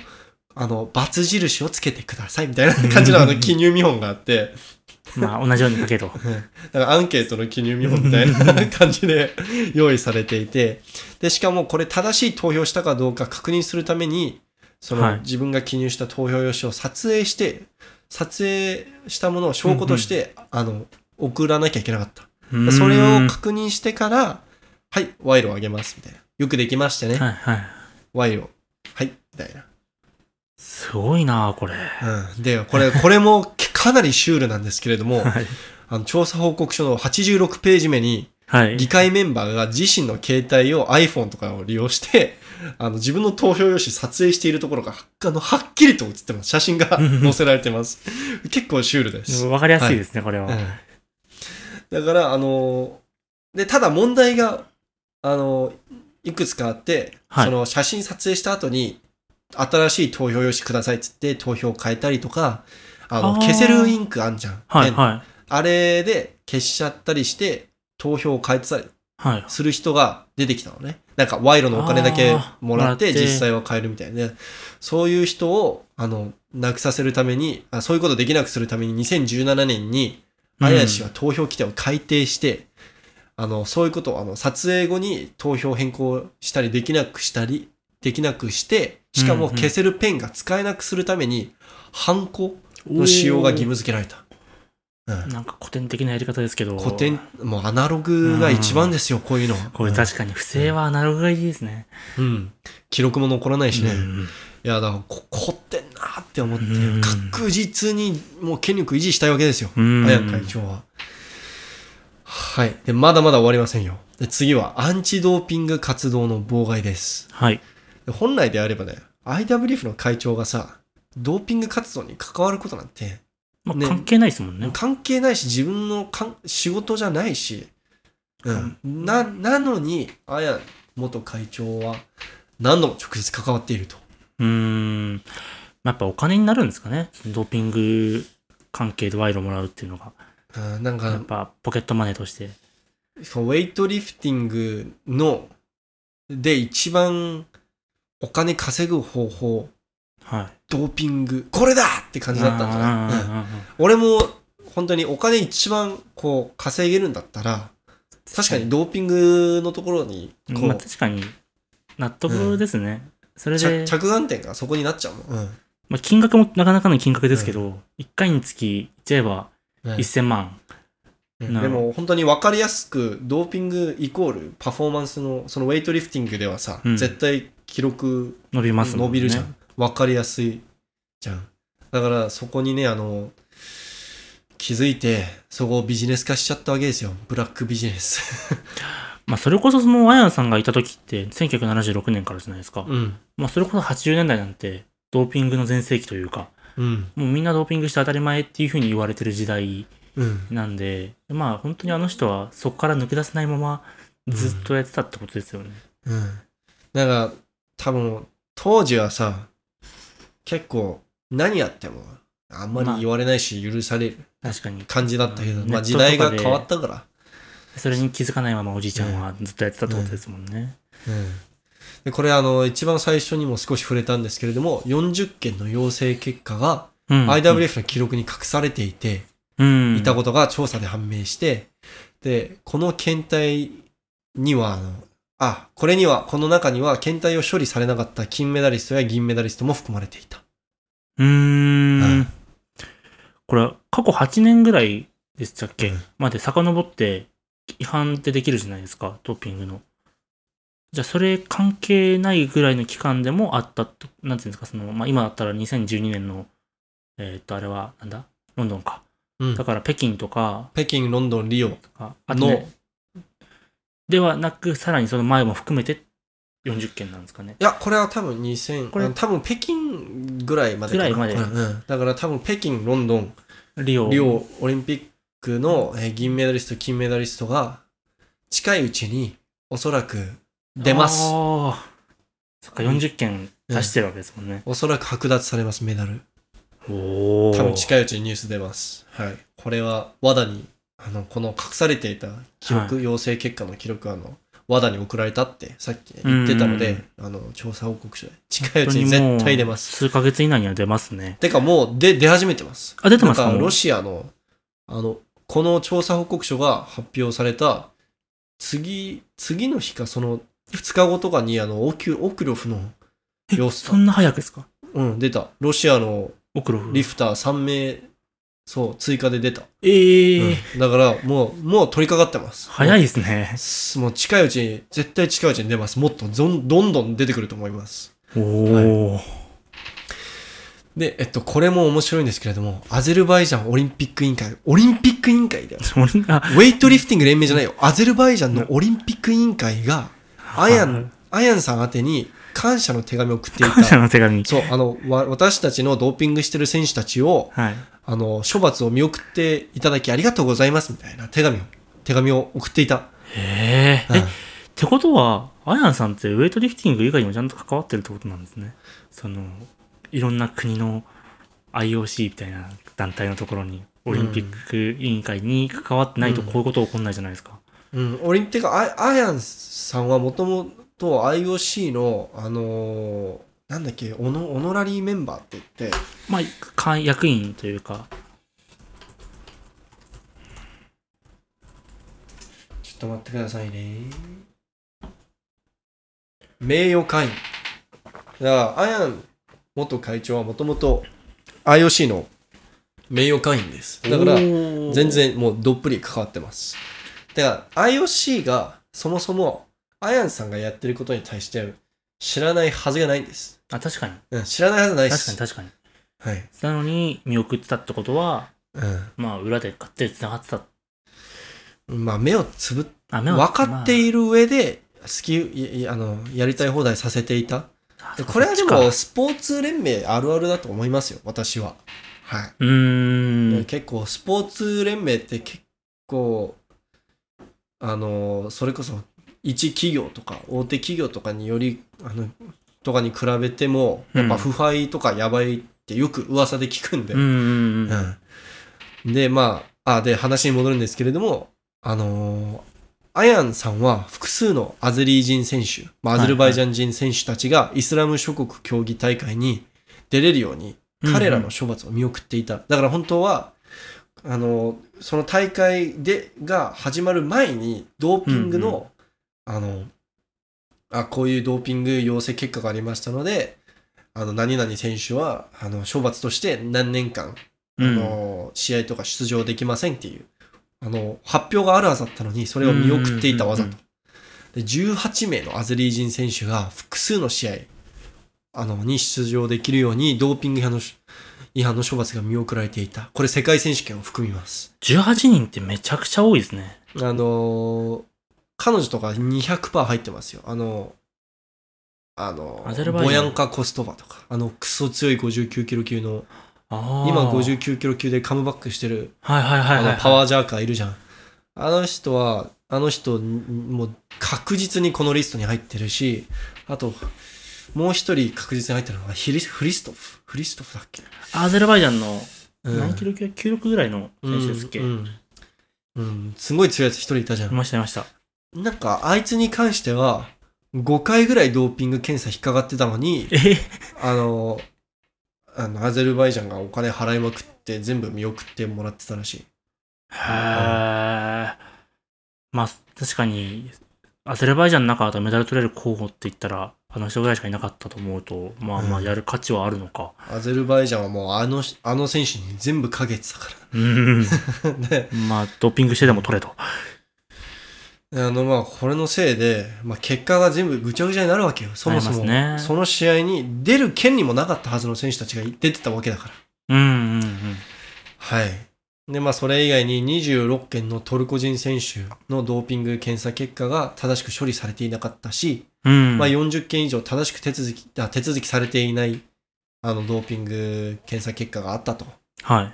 あの、×印をつけてくださいみたいな感じのあの記入見本があって、まあ、同じように書けと。なんかアンケートの記入見本みたいな感じで 用意されていて、で、しかもこれ正しい投票したかどうか確認するために、そはいの自分が記入した投票用紙を撮影して、撮影したものを証拠として、あの、送らなきゃいけなかった。うー んそれをは確認してから、はい、賄賂をあげます、みたいな。よくできましたねい。はい。賄賂。はい、みたいな。すごいなあこれ。うん。で、これ、これもかなりシュールなんですけれど も、はい。あの、調査報告書の86ページ目に、はい。議会メンバーが自身の携帯を iPhone とかを利用して、あの、自分の投票用紙撮影しているところが、あの、はっきりと写ってます。写真が 載せられてます。結構シュールです。わかりやすいですね、これは。うんだから、あの、で、ただ問題が、あの、いくつかあって、はいその写真撮影した後に、新しい投票用紙くださいっつって投票を変えたりとか、あの、あー消せるインクあんじゃん。はい、ペンはい。あれで消しちゃったりして、投票を変えてたりはい。する人が出てきたのね。なんか賄賂のお金だけあーもらっもてらって実際は買えるみたいなね。そういう人を、あの、なくさせるために、あそういうことできなくするために2017年に、うん綾氏は投票規定を改定して、あの、そういうことを、あの、撮影後に投票変更したりできなくしたり、できなくして、しかもうんうん消せるペンが使えなくするために、ハンコの使用が義務付けられた。うんなんか古典的なやり方ですけど。古典。、もうアナログが一番ですよ、こういうの。これ確かに不正はアナログがいいですね。うん。記録も残らないしね。ういんや、だから、こ凝ってんなーって思って、うん確実にもう権力維持したいわけですよ。うん綾会長は。はい。で、まだまだ終わりませんよ。で、次は、アンチドーピング活動の妨害です。はい。で本来であればね、IWF の会長がさ、ドーピング活動に関わることなんて、まあ、ね関係ないですもんね。関係ないし、自分のかん仕事じゃないし、うん。な、なのに、あや元会長は何度も直接関わっていると。うーん。まあやっぱお金になるんですかね。ドーピング関係で賄賂もらうっていうのが。うんなんやかっ、ぱポケットマネーとして。そうウェイトリフティングの、で一番お金稼ぐ方法、はドーピング、これだってい。感じだったんじゃない、ううんんうんうん俺も本当にお金一番こう稼げるんだったら、確かにドーピングのところにこう、まあ確かに納得ですね。それで着、着眼点がそこになっちゃうもん。まあ、金額もなかなかの金額ですけど、1回につき言っちゃえばうん1000万。うんなでも本当に分かりやすくドーピングイコールパフォーマンスのそのウェイトリフティングではさ、うん絶対記録伸びますも伸んね。びるじゃん、。分かりやすいじゃんだからそこにねあの気づいてそこをビジネス化しちゃったわけですよブラックビジネスまあそれこそその、あやさんがいた時って1976年からじゃないですか。うんまあそれこそ80年代なんて、ドーピングの全盛期というか、うんもうみんなドーピングして当たり前っていうふうに言われてる時代うんなんで、まあ本当にあの人はそこから抜け出せないままずっとやってたってことですよね。うんだから多分当時はさ結構何やってもあんまり言われないし許される確かに。感じだったけど、うんまあネ時ットとか代でが変わったからそれに気づかないままおじいちゃんはずっとやってたってことですもんね。でこれあの一番最初にも少し触れたんですけれども40件の要請結果がうん。 IWF の記録に隠されていて、うん。いたことが調査で判明してでこの検体にはあのあこれにはこの中には検体を処理されなかった金メダリストや銀メダリストも含まれていたうはーいん。これ、過去8年ぐらいでしたっけ、うんまで遡って違反ってできるじゃないですか、ドーピングの。じゃあ、それ関係ないぐらいの期間でもあったと、なんていうんですか、その、まあ、今だったら2012年の、えーっと、あれは、なんだロンドンか。うんだから、北京とか、北京ロンドンリオとかあと、のね、ではなく、さらにその前も含めて40件なんですかね。いや、これは多分2000、これあの多分北京ぐらいまでかなぐらいまでうんうんだから多分北京、ロンドン、リオ。リオオリンピックのえー銀メダリスト、金メダリストが近いうちにおそらく出ます。あーそっか、40件出してるわけですもんね。おそらく剥奪されます、メダル。おお。多分近いうちにニュース出ます。はい。これは、WADA に、あの、この隠されていた記録、陽性結果の記録が、あの、WADA に送られたって、さっき言ってたので、あの、調査報告書で、近いうちに本当にもう絶対出ます。数ヶ月以内には出ますね。てか、もう、で、出始めてます。あ、出てますかなんか、もうロシアの、あの、この調査報告書が発表された、次、次の日か、その、2日後とかに、あの、オキュオクロフの、え様子そんな早くですかうん、出た。ロシアのオクロフ。リフター3名、そう、追加で出た。ええうんだから、もう、もう取り掛かってます。早い。いですね。もう近いうちに、絶対近いうちに出ます。もっとどん、どんどん出てくると思います。おお、で、えっと、これも面白いんですけれども、アゼルバイジャンオリンピック委員会、オリンピック委員会 だよ。それが、ウェイトリフティング連盟じゃないよ。アゼルバイジャンのオリンピック委員会が、アヤン、アヤンさん宛てに感謝の手紙を送ってい感謝た。の手紙。そう、あの、わ私たちのドーピングしてる選手たちを、はい。あの、処罰を見送っていただきありがとうございますみたいな手紙を、手紙を送っていた。えうえんえ、ってことは、アヤンさんってウェイトリフティング以外にもちゃんと関わってるってことなんですね。その、いろんな国の IOC みたいな団体のところに、オリンピック委員会に関わってないとうんこういうこと起こんないじゃないですか。うん、オリンピック、あアヤンさんはもともと IOC の、あのーなんだっけ、オノオノラリーメンバーって言って、まあか、役員というか、ちょっと待ってくださいね。名誉会員。だから、アヤン元会長はもともと IOC の名誉会員です。だから、全全然もうどっぷり関わってます。だから IOC がそもそもアヤンさんがやってることに対して知らないはずがないんです。あ、確かに。うん、知らないはずないで確かにす。確かに。はい。なのに、見送ってたってことは、うまあ、裏で勝手に繋がってた。ん。まあ目をつぶっあ、目分をかっている上で好き、いいあの、やりたい放題させていた。でこれはで、まあもあそっちかスポーツ連盟あるあるだと思いますよ、私は。はい。うーん。結構スポーツ連盟って結構あのそれこそ一企業とか大手企業とかによりあのとかに比べてもうやんっぱ腐敗とかやばいってよく噂で聞くんで、うんうんうん。うんでまああで話に戻るんですけれどもあのアヤンさんは複数のアゼリ人選手、まあ、アゼルバイジャン人選手たちがイスラム諸国競技大会に出れるように彼らの処罰を見送っていた。だから本当は、あの、その大会で、が始まる前に、ドーピングの、あの、あ、こういうドーピング陽性結果がありましたので、あの、何々選手は、あの、処罰として何年間、うん、あの、試合とか出場できませんっていう、あの、発表があるはずだったのに、それを見送っていたわざうんと。で、18名のアゼリー人選手が複数の試合、あの、に出場できるように、ドーピング違反のし、違反の処罰が見送られていた。これ世界選手権を含みます。 18人ってめちゃくちゃ多いですね。あのー彼女とか200%入ってますよ。あの、あのアゼル、バイボジャンヤンカ・コストバとか、あの、クソ強い59キロ級の、ああ。今。59キロ級でカムバックしてるはいはいはい、はあい。のパワー。ージャーカーいるじゃん。あの人は、あの人、もう確実にこのリストに入ってるし、あと、もう一人確実に入ってるのがヒリフリストフ。フリストフだっけ、アゼルバイジャンのうん、何キロ級 ?96 ぐらいの選手ですっけ、うんうんうんすごい強いやつ一人いたじゃいん。ましたいました。なんか、あいつに関しては、5回ぐらいドーピング検査引っかかってたのに、えーあの、あのアゼルバイジャンがお金払いまくって全部見送ってもらってたらしい。へえ。まあ、確かに、アゼルバイジャンの中だとメダル取れる候補って言ったら、あの人ぐらいしかいなかったと思うと、まあまあ、うんやる価値はあるのか。アゼルバイジャンはもうあの、あの選手に全部かけてたから。 うん。で、まあ、ドッピングしてでも取れと。あの、まあ、これのせいで、まあ、結果が全部ぐちゃぐちゃになるわけよ。そもそも、なりますねその試合に出る権利もなかったはずの選手たちが出てたわけだから。うんうんうん。はい。で、まあ、それ以外に26件のトルコ人選手のドーピング検査結果が正しく処理されていなかったし、うん。まあ、40件以上正しく手続き、あ手続きされていない、あの、ドーピング検査結果があったと。はい。は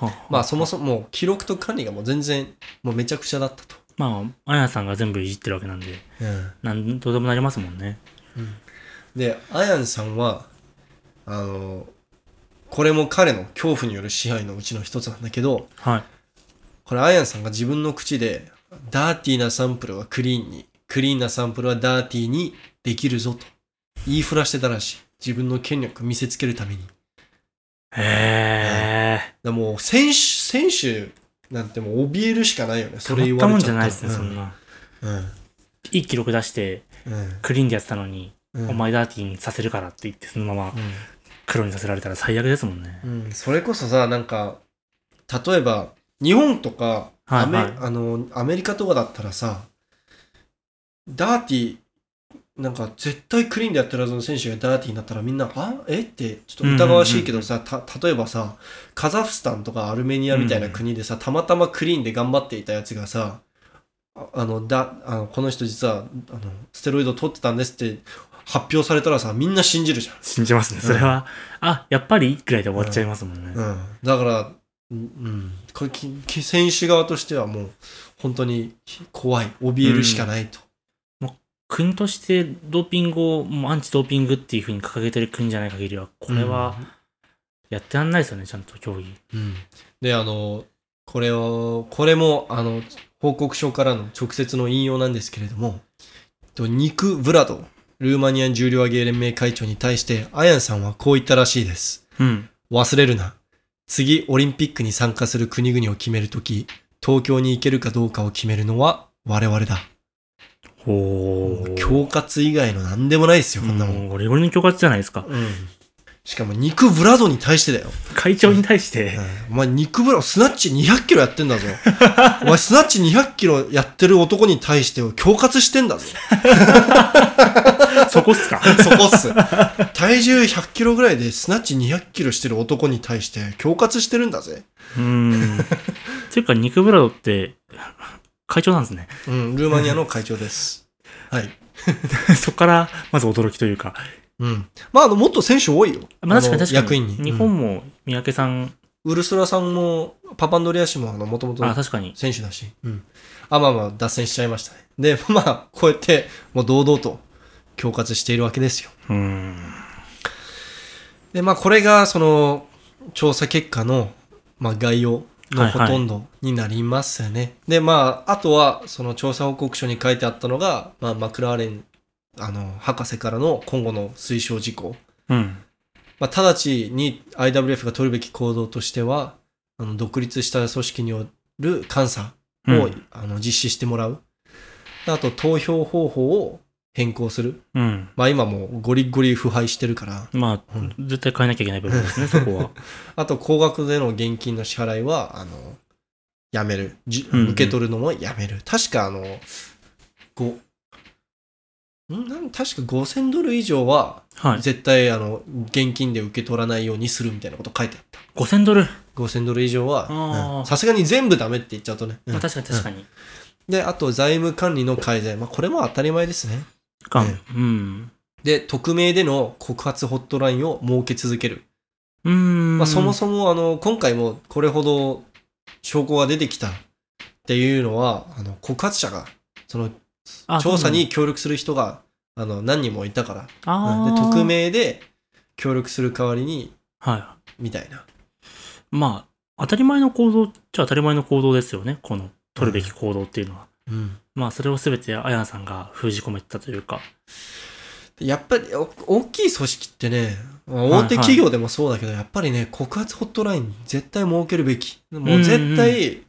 あはあまあ、そもそももう記録と管理がもう全然、もうめちゃくちゃだったと。まあ、あやさんが全部いじってるわけなんで、うん。なんどうでもなりますもんね。で、アヤンさんは、あの、これも彼の恐怖による支配のうちの一つなんだけど、はい。これアヤンさんが自分の口で、ダーティーなサンプルはクリーンに、クリーンなサンプルはダーティーにできるぞと言いふらしてたらしい。自分の権力見せつけるために。だかへらもう選手、選手なんてもう怯えるしかないよね。ー。それ言たわまれっちたもんゃじゃないっですね、たそらんな。うんいい記録出して、うんクリーンでやってたのに、うんお前ダーティーにさせるからって言って、そのままうん黒にさせられたら最悪ですもんね。うん、それこそさなんか例えば日本とか、はいアメはいあのアメリカとかだったらさダーティーなんか絶対クリーンでやってるはずの選手がダーティーになったらみんな「あえっ?」てちょっと疑わしいけどさ、た例えばさカザフスタンとかアルメニアみたいな国でさ、たまたまクリーンで頑張っていたやつがさああのだあのこの人実はあのステロイド取ってたんですって発表されたらさみんな信じるじゃん。信じますね。それは、あ、やっぱりいいくらいで終わっちゃいますもんね。うん、だから、うんうん、これきき選手側としてはもう本当に怖い怯えるしかないと、国としてドーピングをもうアンチドーピングっていうふうに掲げてる国じゃない限りは、これはやってらんないですよね、ちゃんと競技。うんであのこれをこれもあの報告書からの直接の引用なんですけれどもとニク・ブラドルーマニア重量挙げ連盟会長に対してアヤンさんはこう言ったらしいですうん。忘れるな。次オリンピックに参加する国々を決めるとき、東京に行けるかどうかを決めるのは我々だ。おー。恐喝以外の何でもないですよ、こんなもん。もうゴリゴリの恐喝じゃないですか。うん。しかも肉ブラドに対してだよ。会長に対して、お前肉ブラド、スナッチ200キロやってん だぞ。お前スナッチ200キロやってる男に対して恐喝してんだぞ。そこっすか そこっす。体重100キロぐらいでスナッチ200キロしてる男に対して恐喝してるんだぜ。うーん。っていうか、ニクブラドって、会長なんですね。うん、ルーマニアの会長です。はい。 そこから、まず驚きというか。うん。まあ、あの、もっと選手多いよ。まあ、確かあのに確かに。役員に。日うん本も、三宅さん、ウルスラさんも、パパンドリア氏も、あの、もともとあ、確かに。選手だし、あ、まあまあ、脱線しちゃいましたね。で、 まあ、こうやって、もう堂々と、恐喝しているわけですよ。うーん。で、まあ、これが、その、調査結果の、まあ、概要のほとんどになりますね。で、まあ、あとは、その調査報告書に書いてあったのが、まあ、マクラーレン、あの、博士からの今後の推奨事項。うん。まあ、直ちに IWF が取るべき行動としては、あの独立した組織による監査を、うんあの実施してもらう。あと、投票方法を変更する。うん。まあ今もうゴリゴリ腐敗してるから。まうあ、ん絶対変えなきゃいけない部分です ね、そこは。あと、高額での現金の支払いは、あの、やめる。じうんうん受け取るのもやめる。確か、あの、ご、んなん確か5000ドル以上は、はい。絶対、あの、現金で受け取らないようにするみたいなこと書いてあった。 5000ドル。 5000ドル以上あーはうんさすがに全部ダメって言っちゃうとね、うんまあ、確かに確かに。であと財務管理の改善、まあ、これも当たり前ですねかえうん。で匿名での告発ホットラインを設け続ける、うーん。まあ、そもそもあの今回もこれほど証拠が出てきたっていうのはあの告発者がそのあ調査。そうに協力する人があの何人もいたかなら、んうんだであー匿。名で協力する代わりには。みたいないまあ、当たり前の行動っちゃ当たり前の行動ですよね。この、取るべき行動っていうのは。うんまあ、それをすべて、あやさんが封じ込めてたというか。やっぱりお大きい組織ってね、まあはいはい大手企業でもそうだけど、やっぱりね、告発ホットライン絶対設けるべき。もう絶対、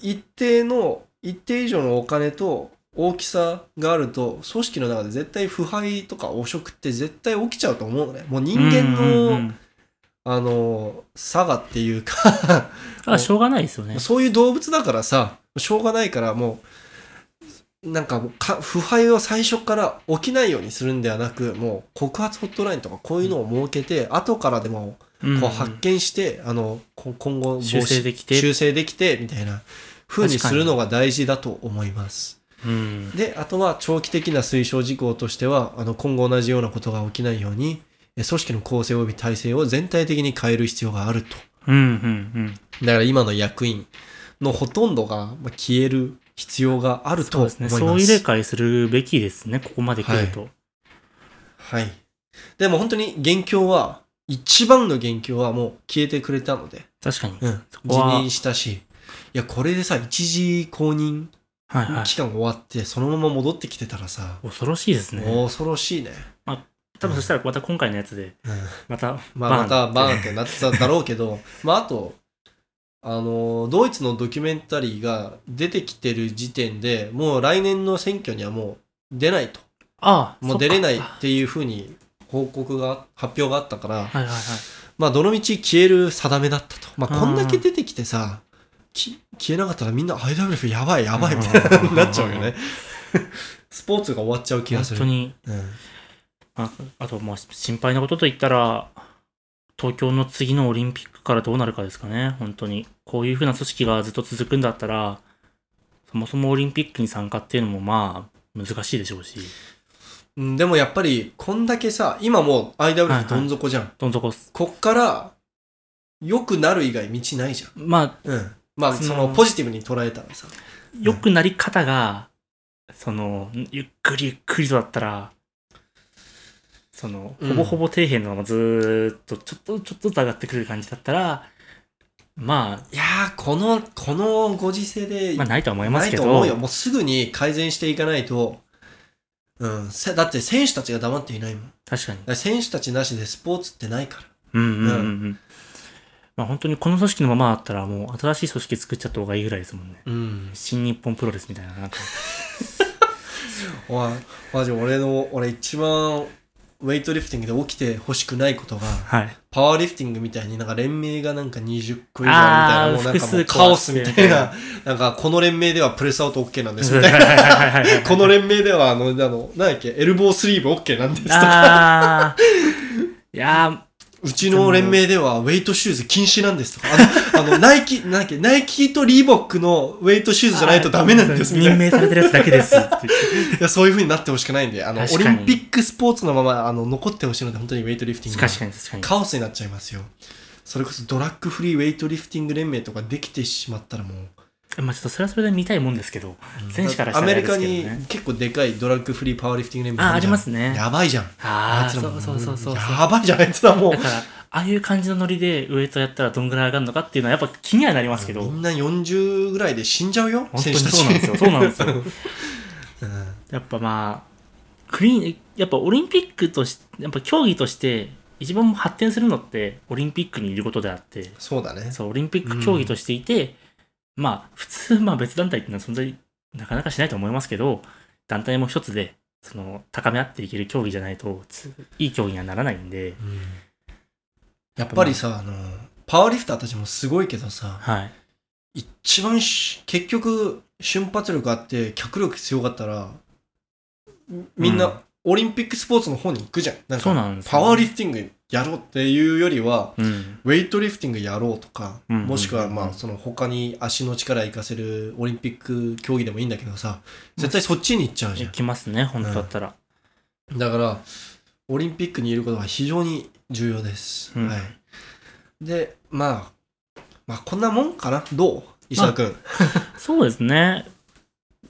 一定の、一定以上のお金と大きさがあると、組織の中で絶対腐敗とか汚職って絶対起きちゃうと思うのね。もう人間の、うんうんうんあの、差がっていうか、あ、しょうがないですよね。そういう動物だからさ、しょうがないからもう、なんかもうか腐敗を最初から起きないようにするんではなく、もう告発ホットラインとかこういうのを設けて、後からでもうんこう発見して、あの、こ今後防止修正できて修正できて、みたいな風にするのが大事だと思います。うん。で、あとは長期的な推奨事項としては、あの、今後同じようなことが起きないように、え組織の構成及び体制を全体的に変える必要があると。うん、うん、だから今の役員のほとんどがまあ消える必要があうん。ると思いそうでますすね。。そう入れ替えするべきですね。ここまで来ると。はい。でも本当に元凶は一番の元凶はもう消えてくれたので、確かに。うん、そこ辞は任したし、いや、これでさ、一時公認はいはい。期間終わって、そのまま戻ってきてたらさ、恐ろしいですね。もう恐ろしいね。多分そしたらまた今回のやつで、うんまた、まあ、またバーンっ。っててなってただろうけ ど、まあ、あと、あの、ドイツのドキュメンタリーが出てきてる時点で、もう来年の選挙にはもう出ないと。ああ、もう出れないっそっかていうふうに報告が、発表があったから、はいはいはい。まあ、どの道消える定めだったと。まあ、こんだけ出てきてさ、き消えなかったらみんな IWF やばいやばいみたいになっちゃうよ ね。スポーツが終わっちゃう気がす本る。当に、うんああと、まあ、心配なことといったら、東京の次のオリンピックからどうなるかですかね、本当に。こういうふうな組織がずっと続くんだったら、そもそもオリンピックに参加っていうのも、まあ、難しいでしょうし、うん、でもやっぱり、こんだけさ、今もうはいはい IWF どん底じゃん。どん底っす。こっから良くなる以外道ないじゃまあ、ん。うん。まあ、そそののポジティブに捉えたらさ。良くなり方が、その、ゆっくりゆっくりとだったら、その、うんほぼほぼ底辺のままずーっと、ちょっとちょっとずつ上がってくる感じだったら、まいやー、この、このご時世であ、、まあないとは思いまなすいけとど、思うよ。もうすぐに改善していかないと。うん。せだって選手たちが黙っていないもん。だか確かに。ら選手たちなしでスポーツってないから。うんうんうんうん。まあ本当にこの組織のままだったらもう新しい組織作っちゃった方がいいぐらいですもんね。うん。新日本プロレスみたいな、なんか。おい、マジ俺の、俺一番、ウェイトリフティングで起きてほしくないことが、はい。パワーリフティングみたいになんか連盟がなんか20個以上みたいな、あーもうなんか複も数う個カオスみたいあな、なんかこの連盟ではプレスアウト OK なんですみたいな。いこの連盟では、あの、あの、なんだっけ、エルボースリーブ OK なんですとかああ。いやうちの連盟ではウェイトシューズ禁止なんですとか、あの、あの ナイキ、なんだっけ、ナイキとリーボックのウェイトシューーズじゃないとダメなんですみたい任な。い命されてるやつだけですっていう。や、そういう風になってほしくないんで、あの、オ確リかにンピックスポーツのまま、あの、残ってほしいので、本当にウェイトリフティングは。確かに確かに。カオスになっちゃいますよ。それこそドラッグフリーウェイトリフティング連盟とかできてしまったらもう、まあちょっとそれはそれで見たいもんですけど、選手からしたアらあメれリですカけどねに結構でかいドラッグフリーパワーリフティング連盟ああ、あるじりゃんますね。やばいじゃん。ああ、いつそらもうそうそうそう。やばいじゃん、あいつらもうだ。から、ああいう感じのノリでウエイトやったらどんぐらい上がるのかっていうのはやっぱ気にはなりますけど、み本んな40ぐらいで死んじゃうよ、当選に手たち。そうなんですよ。そうなんですよ。うんやっぱまあ、クリーン、やっぱオリンピックとし、やっぱ競技として、一番発展するのって、オリンピックにいることであって、そうだね。そう、オリンピック競技としていて、まあ、普通、まあ別団体っていうのは存在、なかなかしないと思いますけど、団体も一つで、その、高め合っていける競技じゃないと、ついい競技にはならないんで、うんやっぱりさ、あの、パワーリフターたちもすごいけどさ、はい。一番し結局、瞬発力あって、脚力強かったら、みんうんな、オリンピックスポーツの方に行くじゃん。なんかそうなんですよパワーリフティングやろうっていうよりは、うん。ウェイトリフティングやろうとか、うんうんうんもしくはまあその他に足の力活かせるオリンピック競技でもいいんだけどさ、絶対そっちに行っちゃうじいゃきますね、本当だったら。ん。だから、オリンピックにいることは非常に重要です。うんはい。で、まあ、まあこんなもんかなどう石田君。そうですね。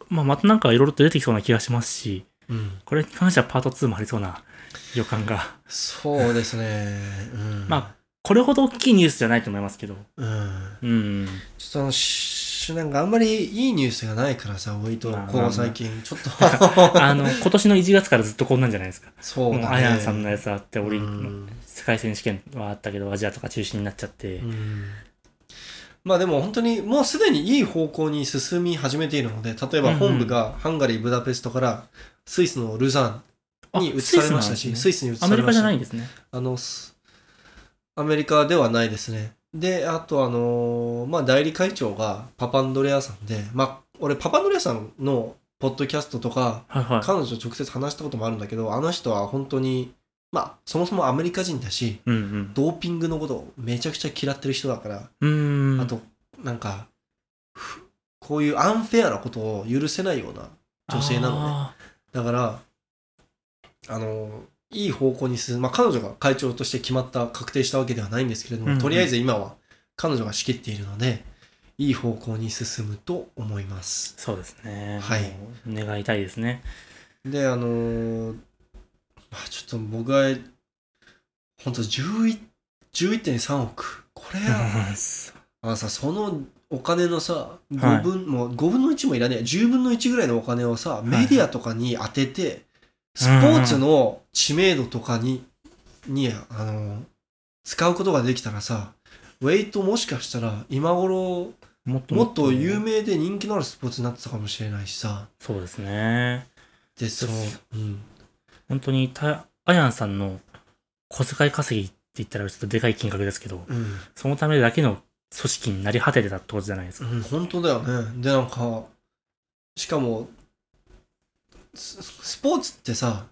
まあ、またなんかいろいろと出てきそうな気がしますし、うん。これに関してはパート2もありそうな予感が。そうですね。うん。まあ、これほど大きいニュースじゃないと思いますけど。あ、うん。 うん。ちょっとあの、しなんかあんまりいいニュースがないからさ、ウェイト、まあこまあまあこ最近。ちょっと、 あの、今年の1月からずっとこんなんじゃないですか。そうだね。もう、アヤンさんのやつあって、オリンうん世界選手権はあったけど、アジアとか中止になっちゃって。まあでも本当にもうすでにいい方向に進み始めているので例えうんばうん本部がハンガリー・ブダペストからスイスのルザあンに移されましたしススイイス,、に移スなされんですねアメリカましじたゃないんですね。あのすアメリカではないですねであとあのーまあ代理会長がパパンドレアさんでまあ俺パパンドレアさんのポッドキャストとかはいはい。彼女と直接話したこともあるんだけどあの人は本当にまあそもそもアメリカ人だしうんうん。ドーピングのことをめちゃくちゃ嫌ってる人だからうーん。あと、なんか、ふこういうアンフェアなことを許せないような。女性なのねあだから、あの、いい方向に進む。まあ、彼女が会長として決まった、確定したわけではないんですけれども、うんうんとりあえず今は彼女が仕切っているので、いい方向に進むと思います。ー。そうですね。はいもう。願いたいですね。で、あのーまあ、ちょっと僕は、本当11 11.3億。これ や。うあのさ、そのお金のさ、5分、もう5分の1もいらねえ。10分の1ぐらいのお金をさ、メディアとかに当てて、スポーツの知名度とかに、に、あの、使うことができたらさ、ウェイトもしかしたら今頃んもっともっと有名で人気のあるスポーツになってたかもしれないしさ。そうですね。で、その、うん。本当にた、アヤンさんの小遣い稼ぎって言ったらちょっとでかい金額ですけど、うん。そのためだけの組織になり果ててたってことじゃないですか。うん、本当だよね。で、なんか、しかも、ススポーツってさ、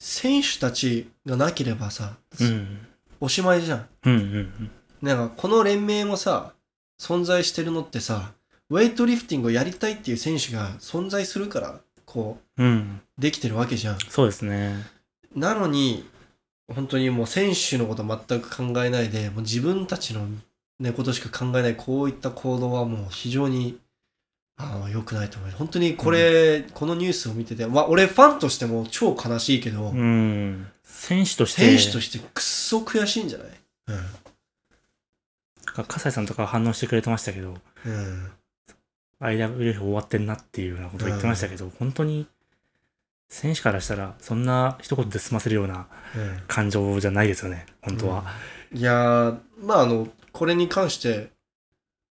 選手たちがなければさ、うん。おしまいじゃん。うんうんなんか、この連盟もさ、存在してるのってさ、ウェイトリフティングをやりたいっていう選手が存在するから、こうん。うん。う、できてるわけじゃん。そうですね。なのに、本当にもう選手のこと全く考えないで、もう自分たちの、ね、ことしか考えない、こういった行動はもう非常に、あの、良くないと思います。本当にこれ、このニュースを見てて、まあ、俺ファンとしても超悲しいけど、うん。選手として、選手としてくっそ悔しいんじゃない笠井さんとか反応してくれてましたけど、うん。うん。 IWF 終わってんなっていうようなことを言ってましたけど、本当に、選手からしたら、そんな一言で済ませるような感情じゃないですよね、本当は。うん。いやー、まあ、あの、これに関して、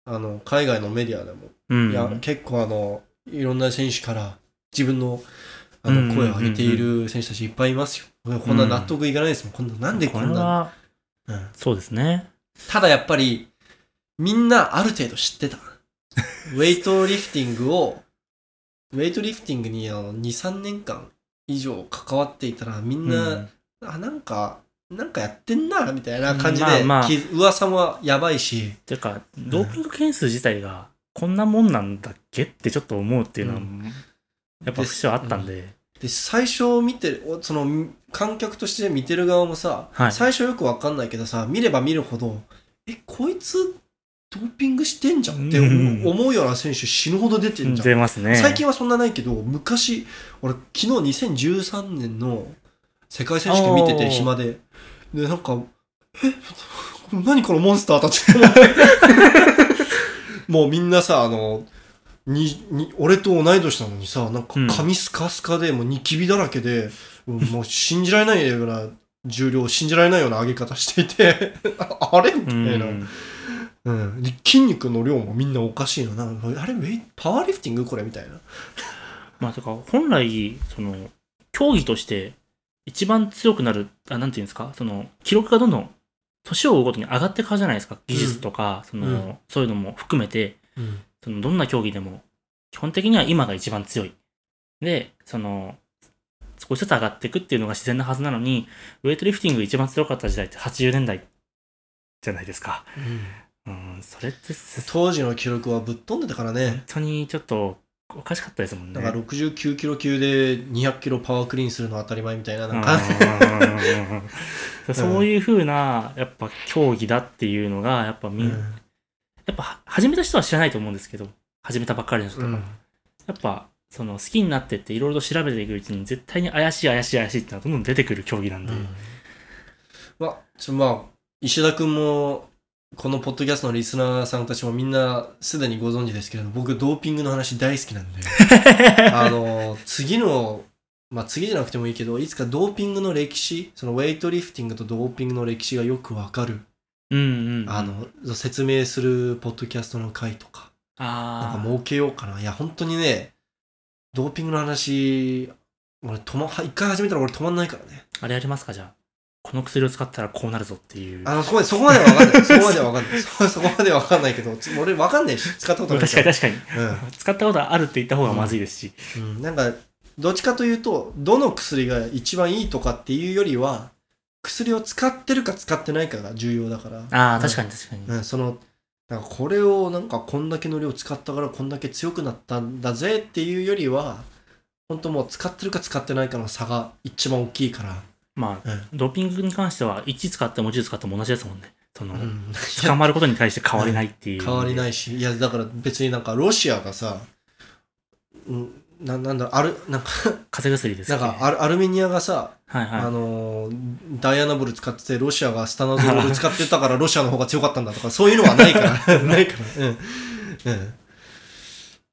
あの、海外のメディアでも、うん。いや、結構あの、いろんな選手から自分のあうんうんうんのう声んを上げている選手たちいっぱいいますよ。こんな納得いかないですもん。こんな、なんでここれんな、は、うんそうですね。ただやっぱり、みんなある程度知ってた。ウェイトリフティングを、 ウェイトリフティングにあの2、3年間以上関わっていたら、みんな、うんあ、なんか、なんかやってんな、みたいな感じで、まあまあき噂もやばいし、てか、ドーピング件数自体が、こんなもんなんだっけってちょっと思うっていうのは、うやっぱ節はあったんで、で最初見てるおそのみ観客として見てる側もさ、はい最初よくわかんないけどさ見れば見るほどえこいつドーピングしてんじゃんって思う,、うん うんような選手死ぬほど出てんじゃん、出ますね。最近はそんなないけど昔俺昨日2013年の世界選手権見ておーて暇ででなんかえ何このモンスターたちって 思ってもうみんなさあのにに俺と同い年なのにさなんかうん髪スカスカでもうニキビだらけで、うんもう信じられないような重量信じられないような上げ方していて ああれみうたいな。ん、うん、で筋肉の量もみんなおかしいのなんかあれウェイパワーリフティングこれみたいなまあ、てか、本来、その、競技として、一番強くなる、あ、なんていうんですか、その、記録がどんどん、年を追うごとに上がっていくじゃないですか。技術とか、その、うんそういうのも含めて、うんそのどんな競技でも、基本的には今が一番強い。で、その、少しずつ上がっていくっていうのが自然なはずなのに、ウェイトリフティング一番強かった時代って80年代じゃないですか。うん、それってす、本当時の記録はぶっ飛んでたからね当にちょっとおかしかったですもんね。だから69キロ級で200キロパワークリーンするの当たり前みたいななんか、 うんそういう風な、やっぱ競技だっていうのが、やっぱみ、うんやっぱ始めた人は知らないと思うんですけど、始めたばっかりの人とか、うんやっぱ、その好きになってっていろいろと調べていくうちに絶対に怪しい怪しい怪しいってのはどんどん出てくる競技なんで、まあちょまあ石田君もこのポッドキャストのリスナーさんたちもみんなすでにご存知ですけれど僕ドーピングの話大好き なんであの次のまあ次じゃなくてもいいけどいつかドーピングの歴史そのウェイトリフティングとドーピングの歴史がよくわかる、うんうんあの説明するポッドキャストの回とかなんあかー儲けようかな。いや、本当にね、ドーピングの話、俺止ま、は一回始めたら俺止まんないからね。あれやりますかじゃあこの薬を使ったらこうなるぞっていうあの、そこまで、そこまでは分かんない。そ こまでは分かんない。そそこまでは分かんないけど、つ俺分かんないし、使ったこと 確ないかかにら。確かに使ったことあるって言った方がまずいですし、うん。うんなんか、どっちかというと、どの薬が一番いいとかっていうよりは、薬を使ってるか使ってないかが重要だから。ああうん確かに確かに、うん、そのなんかこれをなんかこんだけの量使ったからこんだけ強くなったんだぜっていうよりは本当もう使ってるか使ってないかの差が一番大きいから、まあうんドーピングに関しては1使っても10使っても同じですもんねその、うん捕まることに対して変わりないっていう、変わりないいしいやだから別になんかロシアがさ、うん、な、なんだろう、ある、なんか、風邪薬ですなんね。かアル、アルメニアがさ、はいはい。あのー、ダイアナブル使ってて、ロシアがスタナズボール使ってた から、ロシアの方が強かったんだとか、そういうのはないから、ないから、うん。うん。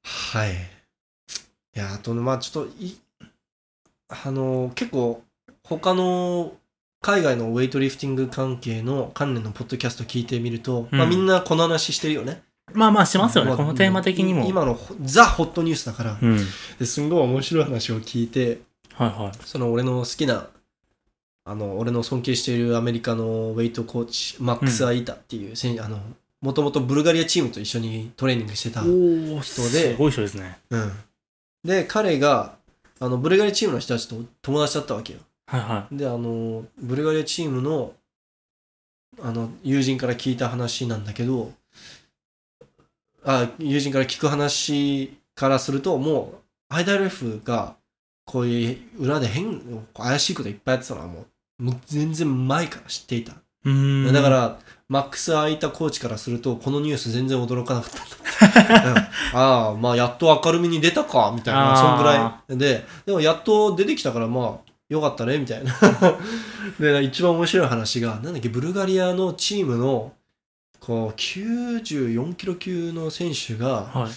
はい。いや、あとね、まあちょっと、い、あのー、結構、他の、海外のウェイトリフティング関係の関連のポッドキャスト聞いてみると、まあうんみんなこの話してるよね。まあまあしますよまね。あこのテーマ的にも。今のほザ・ホットニュースだから、うん。はいですんごい面白い話を聞いて、はその俺の好きな、あの、俺の尊敬しているアメリカのウェイトコーチ、マックス・アイタっていう選手、あの、もともとブルガリアチームと一緒にトレーニングしてた。い。おお、人ですごい人ですね。うんで、彼が、あの、ブルガリアチームの人たちと友達だったわけよ。はいはで、あの、ブルガリアチームの、あの、友人から聞いた話なんだけど、あ、友人から聞く話からすると、もう、IWF が、こういう裏で変、怪しいこといっぱいやってたのはもう、もう全然前から知っていた。い。うーん。だか、ら、マックス・アイタコーチからすると、このニュース全然驚かなかったんだ うんああ、まあ、やっと明るみに出たか、みたいな、あーそんぐらい。で、でもやっと出てきたから、まあ、よかったね、みたいな。 で、一番面白い話が、なんだっけ、ブルガリアのチームの、こう、94キロ級の選手が、は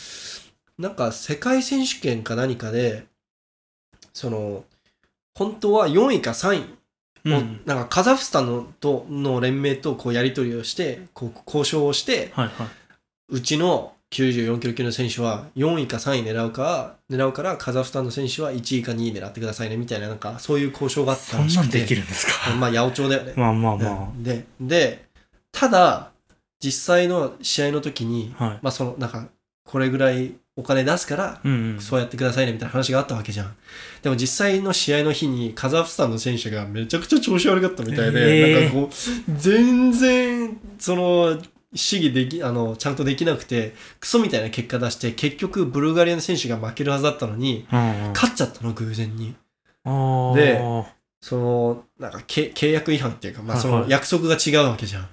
い。なんか世界選手権か何かで、その、本当は4位か3位う。もうんなんかカザフスタンのとの連盟とこうやり取りをしてこう交渉をしてはいはうちの94キロ級の選手は4位か3位狙うか狙うからカザフスタンの選手は1位か2位狙ってくださいねみたいななんかそういう交渉があい。ったそんらしなんくできてるんですか。 まあ八百長だよね、まあまあまうんででただ実際の試合の時に、あ。はい。まあそのなんかこれぐらいお金出すからうんうん。そうやってくださいねみたいな話があったわけじゃん。でも実際の試合の日にカザフスタンの選手がめちゃくちゃ調子悪かったみたいで、えーなんかこう、全然、その、試技でき、あの、ちゃんとできなくて、クソみたいな結果出して、結局ブルガリアの選手が負けるはずだったのに、うんうん。勝っちゃったの、偶然に。ああ。でその、なんかけ契約違反っていうか、まあはいそはいの約束が違うわけじゃん。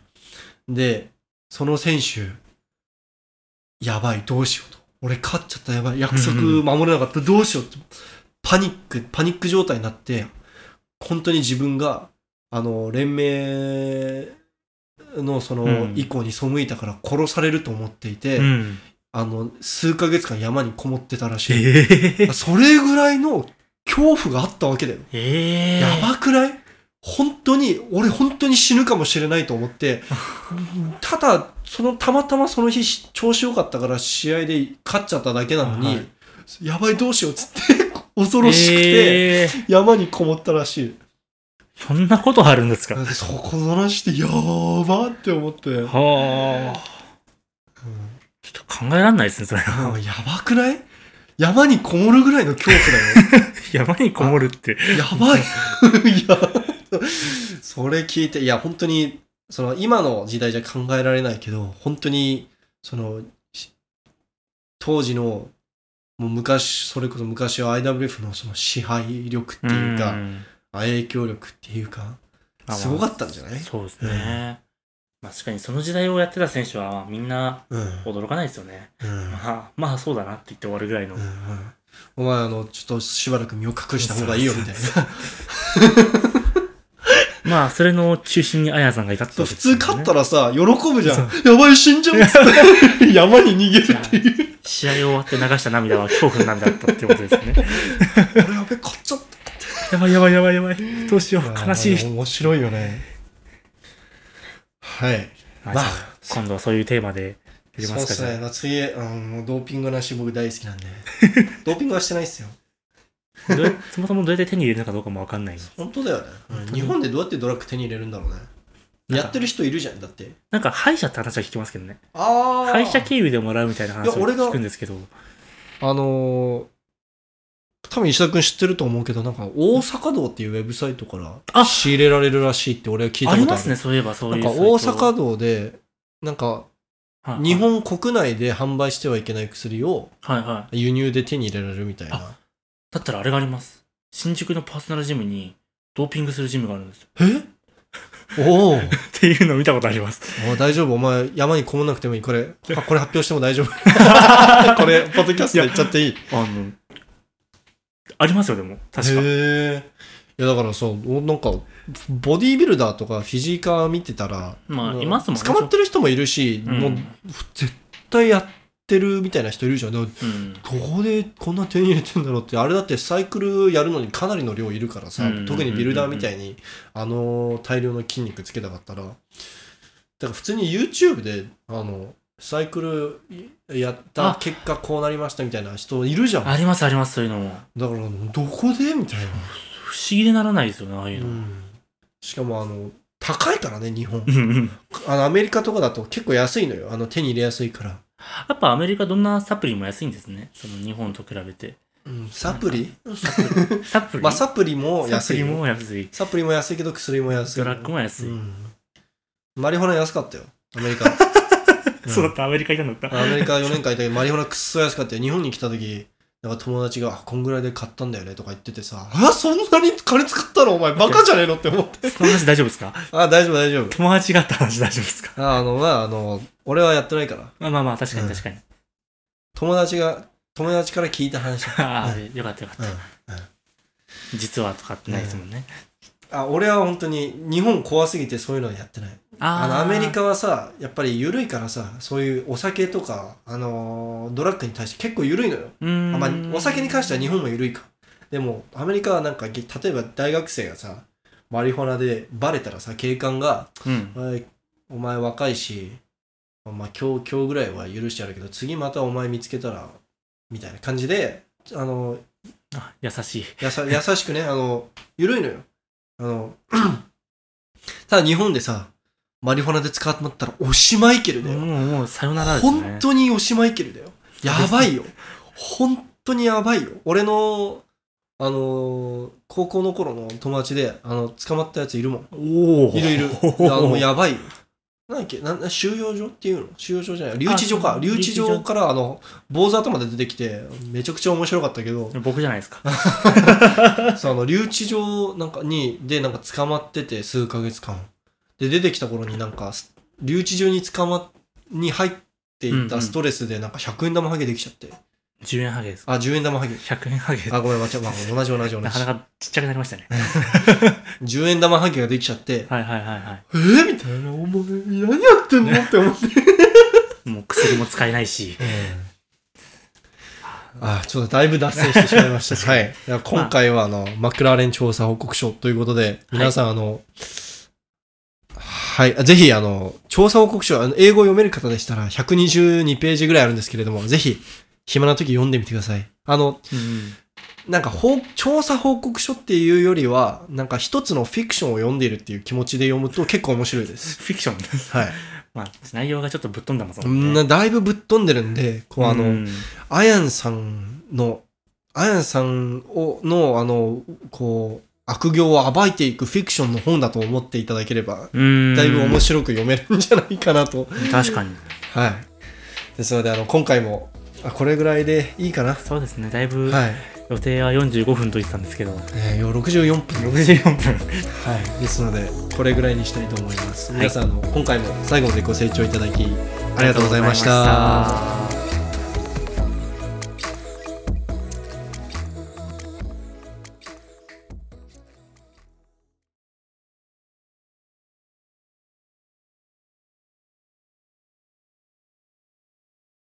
で、その選手、やばい、どうしようと。俺勝っちゃった、やばい、約束うんうん守れなかった、どうしようって。パニック、パニック状態になって、本当に自分が、あの、連盟のそうのん以降に背いたから殺されると思っていて、うん。あの、数ヶ月間山にこもってたらしい。ええ。それぐらいの恐怖があったわけだよ。ええ。やばくない本当に、俺本当に死ぬかもしれないと思 って、ただ、その、たまたまその日し、調子良かったから試合で勝っちゃっただけなのに、はいやばいどうしようっつって、 恐ろしくて、ええ。山にこもったらしい。そんなことあるんですか。はそこの話って、やーばって思って、うんあ。ちょっと考えられないですね、それ は。やばくない山にこもるぐらいの恐怖だよ。山にこもるって。やばい。 いや、それ聞いて、いや、本当に、その、今の時代じゃ考えられないけど、本当に、その、し当時の、もう昔、それこそ昔は IWF のその支配力っていうか、ん影響力っていうか、まあすごかったんじゃないそうですね。まあ確かにその時代をやってた選手はまあみんなうん。うん。驚かないですよね。うんまあ、まあそうだなって言って終わるぐらいの。うんお前、あの、ちょっとしばらく身を隠した方がいいよ、みたいな。まあそれの中心にあやさんがいたってそうこ普とですよ通ね勝ったらさ、喜ぶじゃん。やばい、死んじゃうっつ って、山に逃げるっていう。試合終わって流した涙は恐怖の涙だったってことですね。 あれやべ、勝っちゃった。やばいやばいやばいやばい。 どうしよいやう。ー悲しい。面白いよね。はい。まあまあじゃあ今度はそういうテーマでやりそうまですかすね。次、うん、もうドーピングなし僕大好き なんで。ドーピングはしてないっすよ。じゃあどうやそもそもどうやって手に入れるのかどうかもわかんない。本当だよね、うん本当に日本でどうやってドラッグ手に入れるんだろうね。やってる人いるじゃん、だって。なんか歯医者って話は聞きますけどね。あ歯医者経由でもらうみたいな話をいや俺が聞くんですけど。あのー、多分石田君知ってると思うけど、なんか大阪道っていうウェブサイトからあ仕入れられるらしいって俺は聞いたことあある。りますね、そういえばそうないんうかサイト。大阪道で、なんかはいはい日本国内で販売してはいけない薬をはいはい。輸入で手に入れられるみたいな。だったらあれがあります。新宿のパーソナルジムにドーピングするジムがあるんですよ。 えおーっていうのを見たことあります。 おー大丈夫お前山にこもんなくてもいいこ れあこれ発表しても大丈夫これポッドキャストで言っちゃっていいあの、ありますよ、でも。確か。へえ。いや、だからそう、おなんか、ボディービルダーとかフィジーカー見てたら、まあもういますもんね捕まってる人もいるし、うんもう、絶対やってるみたいな人いるじゃん。でもうん。どこでこんな手に入れてんだろうって、あれだってサイクルやるのにかなりの量いるからさうんうんうんう、ん特にビルダーみたいに、あの、大量の筋肉つけたかったら、だから普通に YouTube で、あの、サイクルやったあ結果こうなりましたみたいな人いるじゃん。だかあります、あります、そういうのも。ら、どこでみたいな。不思議でならないですよね、ああいううの。んしかもあの高いからね日本うんうんあのアメリカとかだと結構安いのよあの手に入れやすいから、やっぱアメリカどんなサプリも安いんですね。その日本と比べて。うん、サプリサプリまあサプリも安サプいリよも安い。サプリも安いけど薬も安いドラッグも安い。うんマリファナ安かったよアメリ カ、うん そうだった、アメリカ行ったんだった。アメリカ4年間いたけどマリファナくっそ安かったよ日本に来た時なんか友達があ「こんぐらいで買ったんだよね」とか言っててさ「あそんなに金使ったのお前バカじゃねえの?」って思ってその話大丈夫ですかあ大丈夫大丈夫友達があった話大丈夫ですかああのまああの俺はやってないからまあまあまあ、確かうにん確かに。友達が友達から聞いた話ああ、よかったよかった。うん実はとかってないですもんね。あ俺は本当に日本怖すぎてそういうのはやってないあのーアメリ。カはさやっぱり緩いからさそういうお酒とか、あのードラッグに対して結構緩いのよ、うーん。あまあ、お酒に関しては日本も緩いかでもアメリカはなんかげ例えば大学生がさマリファナでバレたらさ警官がうん「お。前お前若いし、まあ、今日今日ぐらいは許してやるけど次またお前見つけたら」みたいな感じであのあ優しい。やさ優 しくね、あの、緩いのよ。あの、 ただ日本でさ、マリファナで捕まったらおしまいけるだもう、よ。もう、さよならですね。本当におしまいけるだよ。やばいよ。本当にやばいよ。俺の、あの、高校の頃の友達で、あの、捕まったやついるもん。おお。い るいる。いや、もうあやばいよ。なんだっけなんな収容所っていうの収容所じゃない留置所あそかう留置留置所所からあの坊主頭で出てきてめちゃくちゃ面白かったけど僕じゃないですか。そうあの留置場なんかにでなんか捕まってて数ヶ月間で出てきた頃になんかす留置場に捕まに入っていっうんうたんストレスでなんか100円玉ハゲできちゃって、 10円ハゲですか。あ10円玉ハゲ100円ハゲ。あごめん間違え、まあ、同じ同じ同なかなじかちっちゃくなり ましたね。 10円玉ハゲができちゃってはいはいはいはえー、みたいなお前何やってんのって思って、い。もう薬も使えないし。あちょっとだいぶ脱線してしまいましたはいいや今回はあの、マクラーレン調査報告書ということで皆さんあの、はい。ぜひ、あの、調査報告書、あの英語を読める方でしたら、122ページぐらいあるんですけれども、ぜひ、暇な時読んでみてください。あの、うん。なんか、報調査報告書っていうよりは、なんか一つのフィクションを読んでいるっていう気持ちで読むと結構面白いです。フィクションです。はい。まあ、内容がちょっとぶっ飛んだもんそうんなだいぶぶっ飛んでるんで、こう、あの、うんアヤンさんの、アヤンさんを、の、あの、こう、悪行を暴いていくフィクションの本だと思っていただければ、うん。だいぶ面白く読めるんじゃないかなと確かに。はい。ですので、あの、今回も、あ、これぐらいでいいかな。そうですね。だいぶはい。予定は45分と言ってたんですけど、えー、64分。 64分。はい。ですので、これぐらいにしたいと思います。はい皆さん、あの、今回も最後までご清聴いただき、ありがとうございましありがとうございたまし。た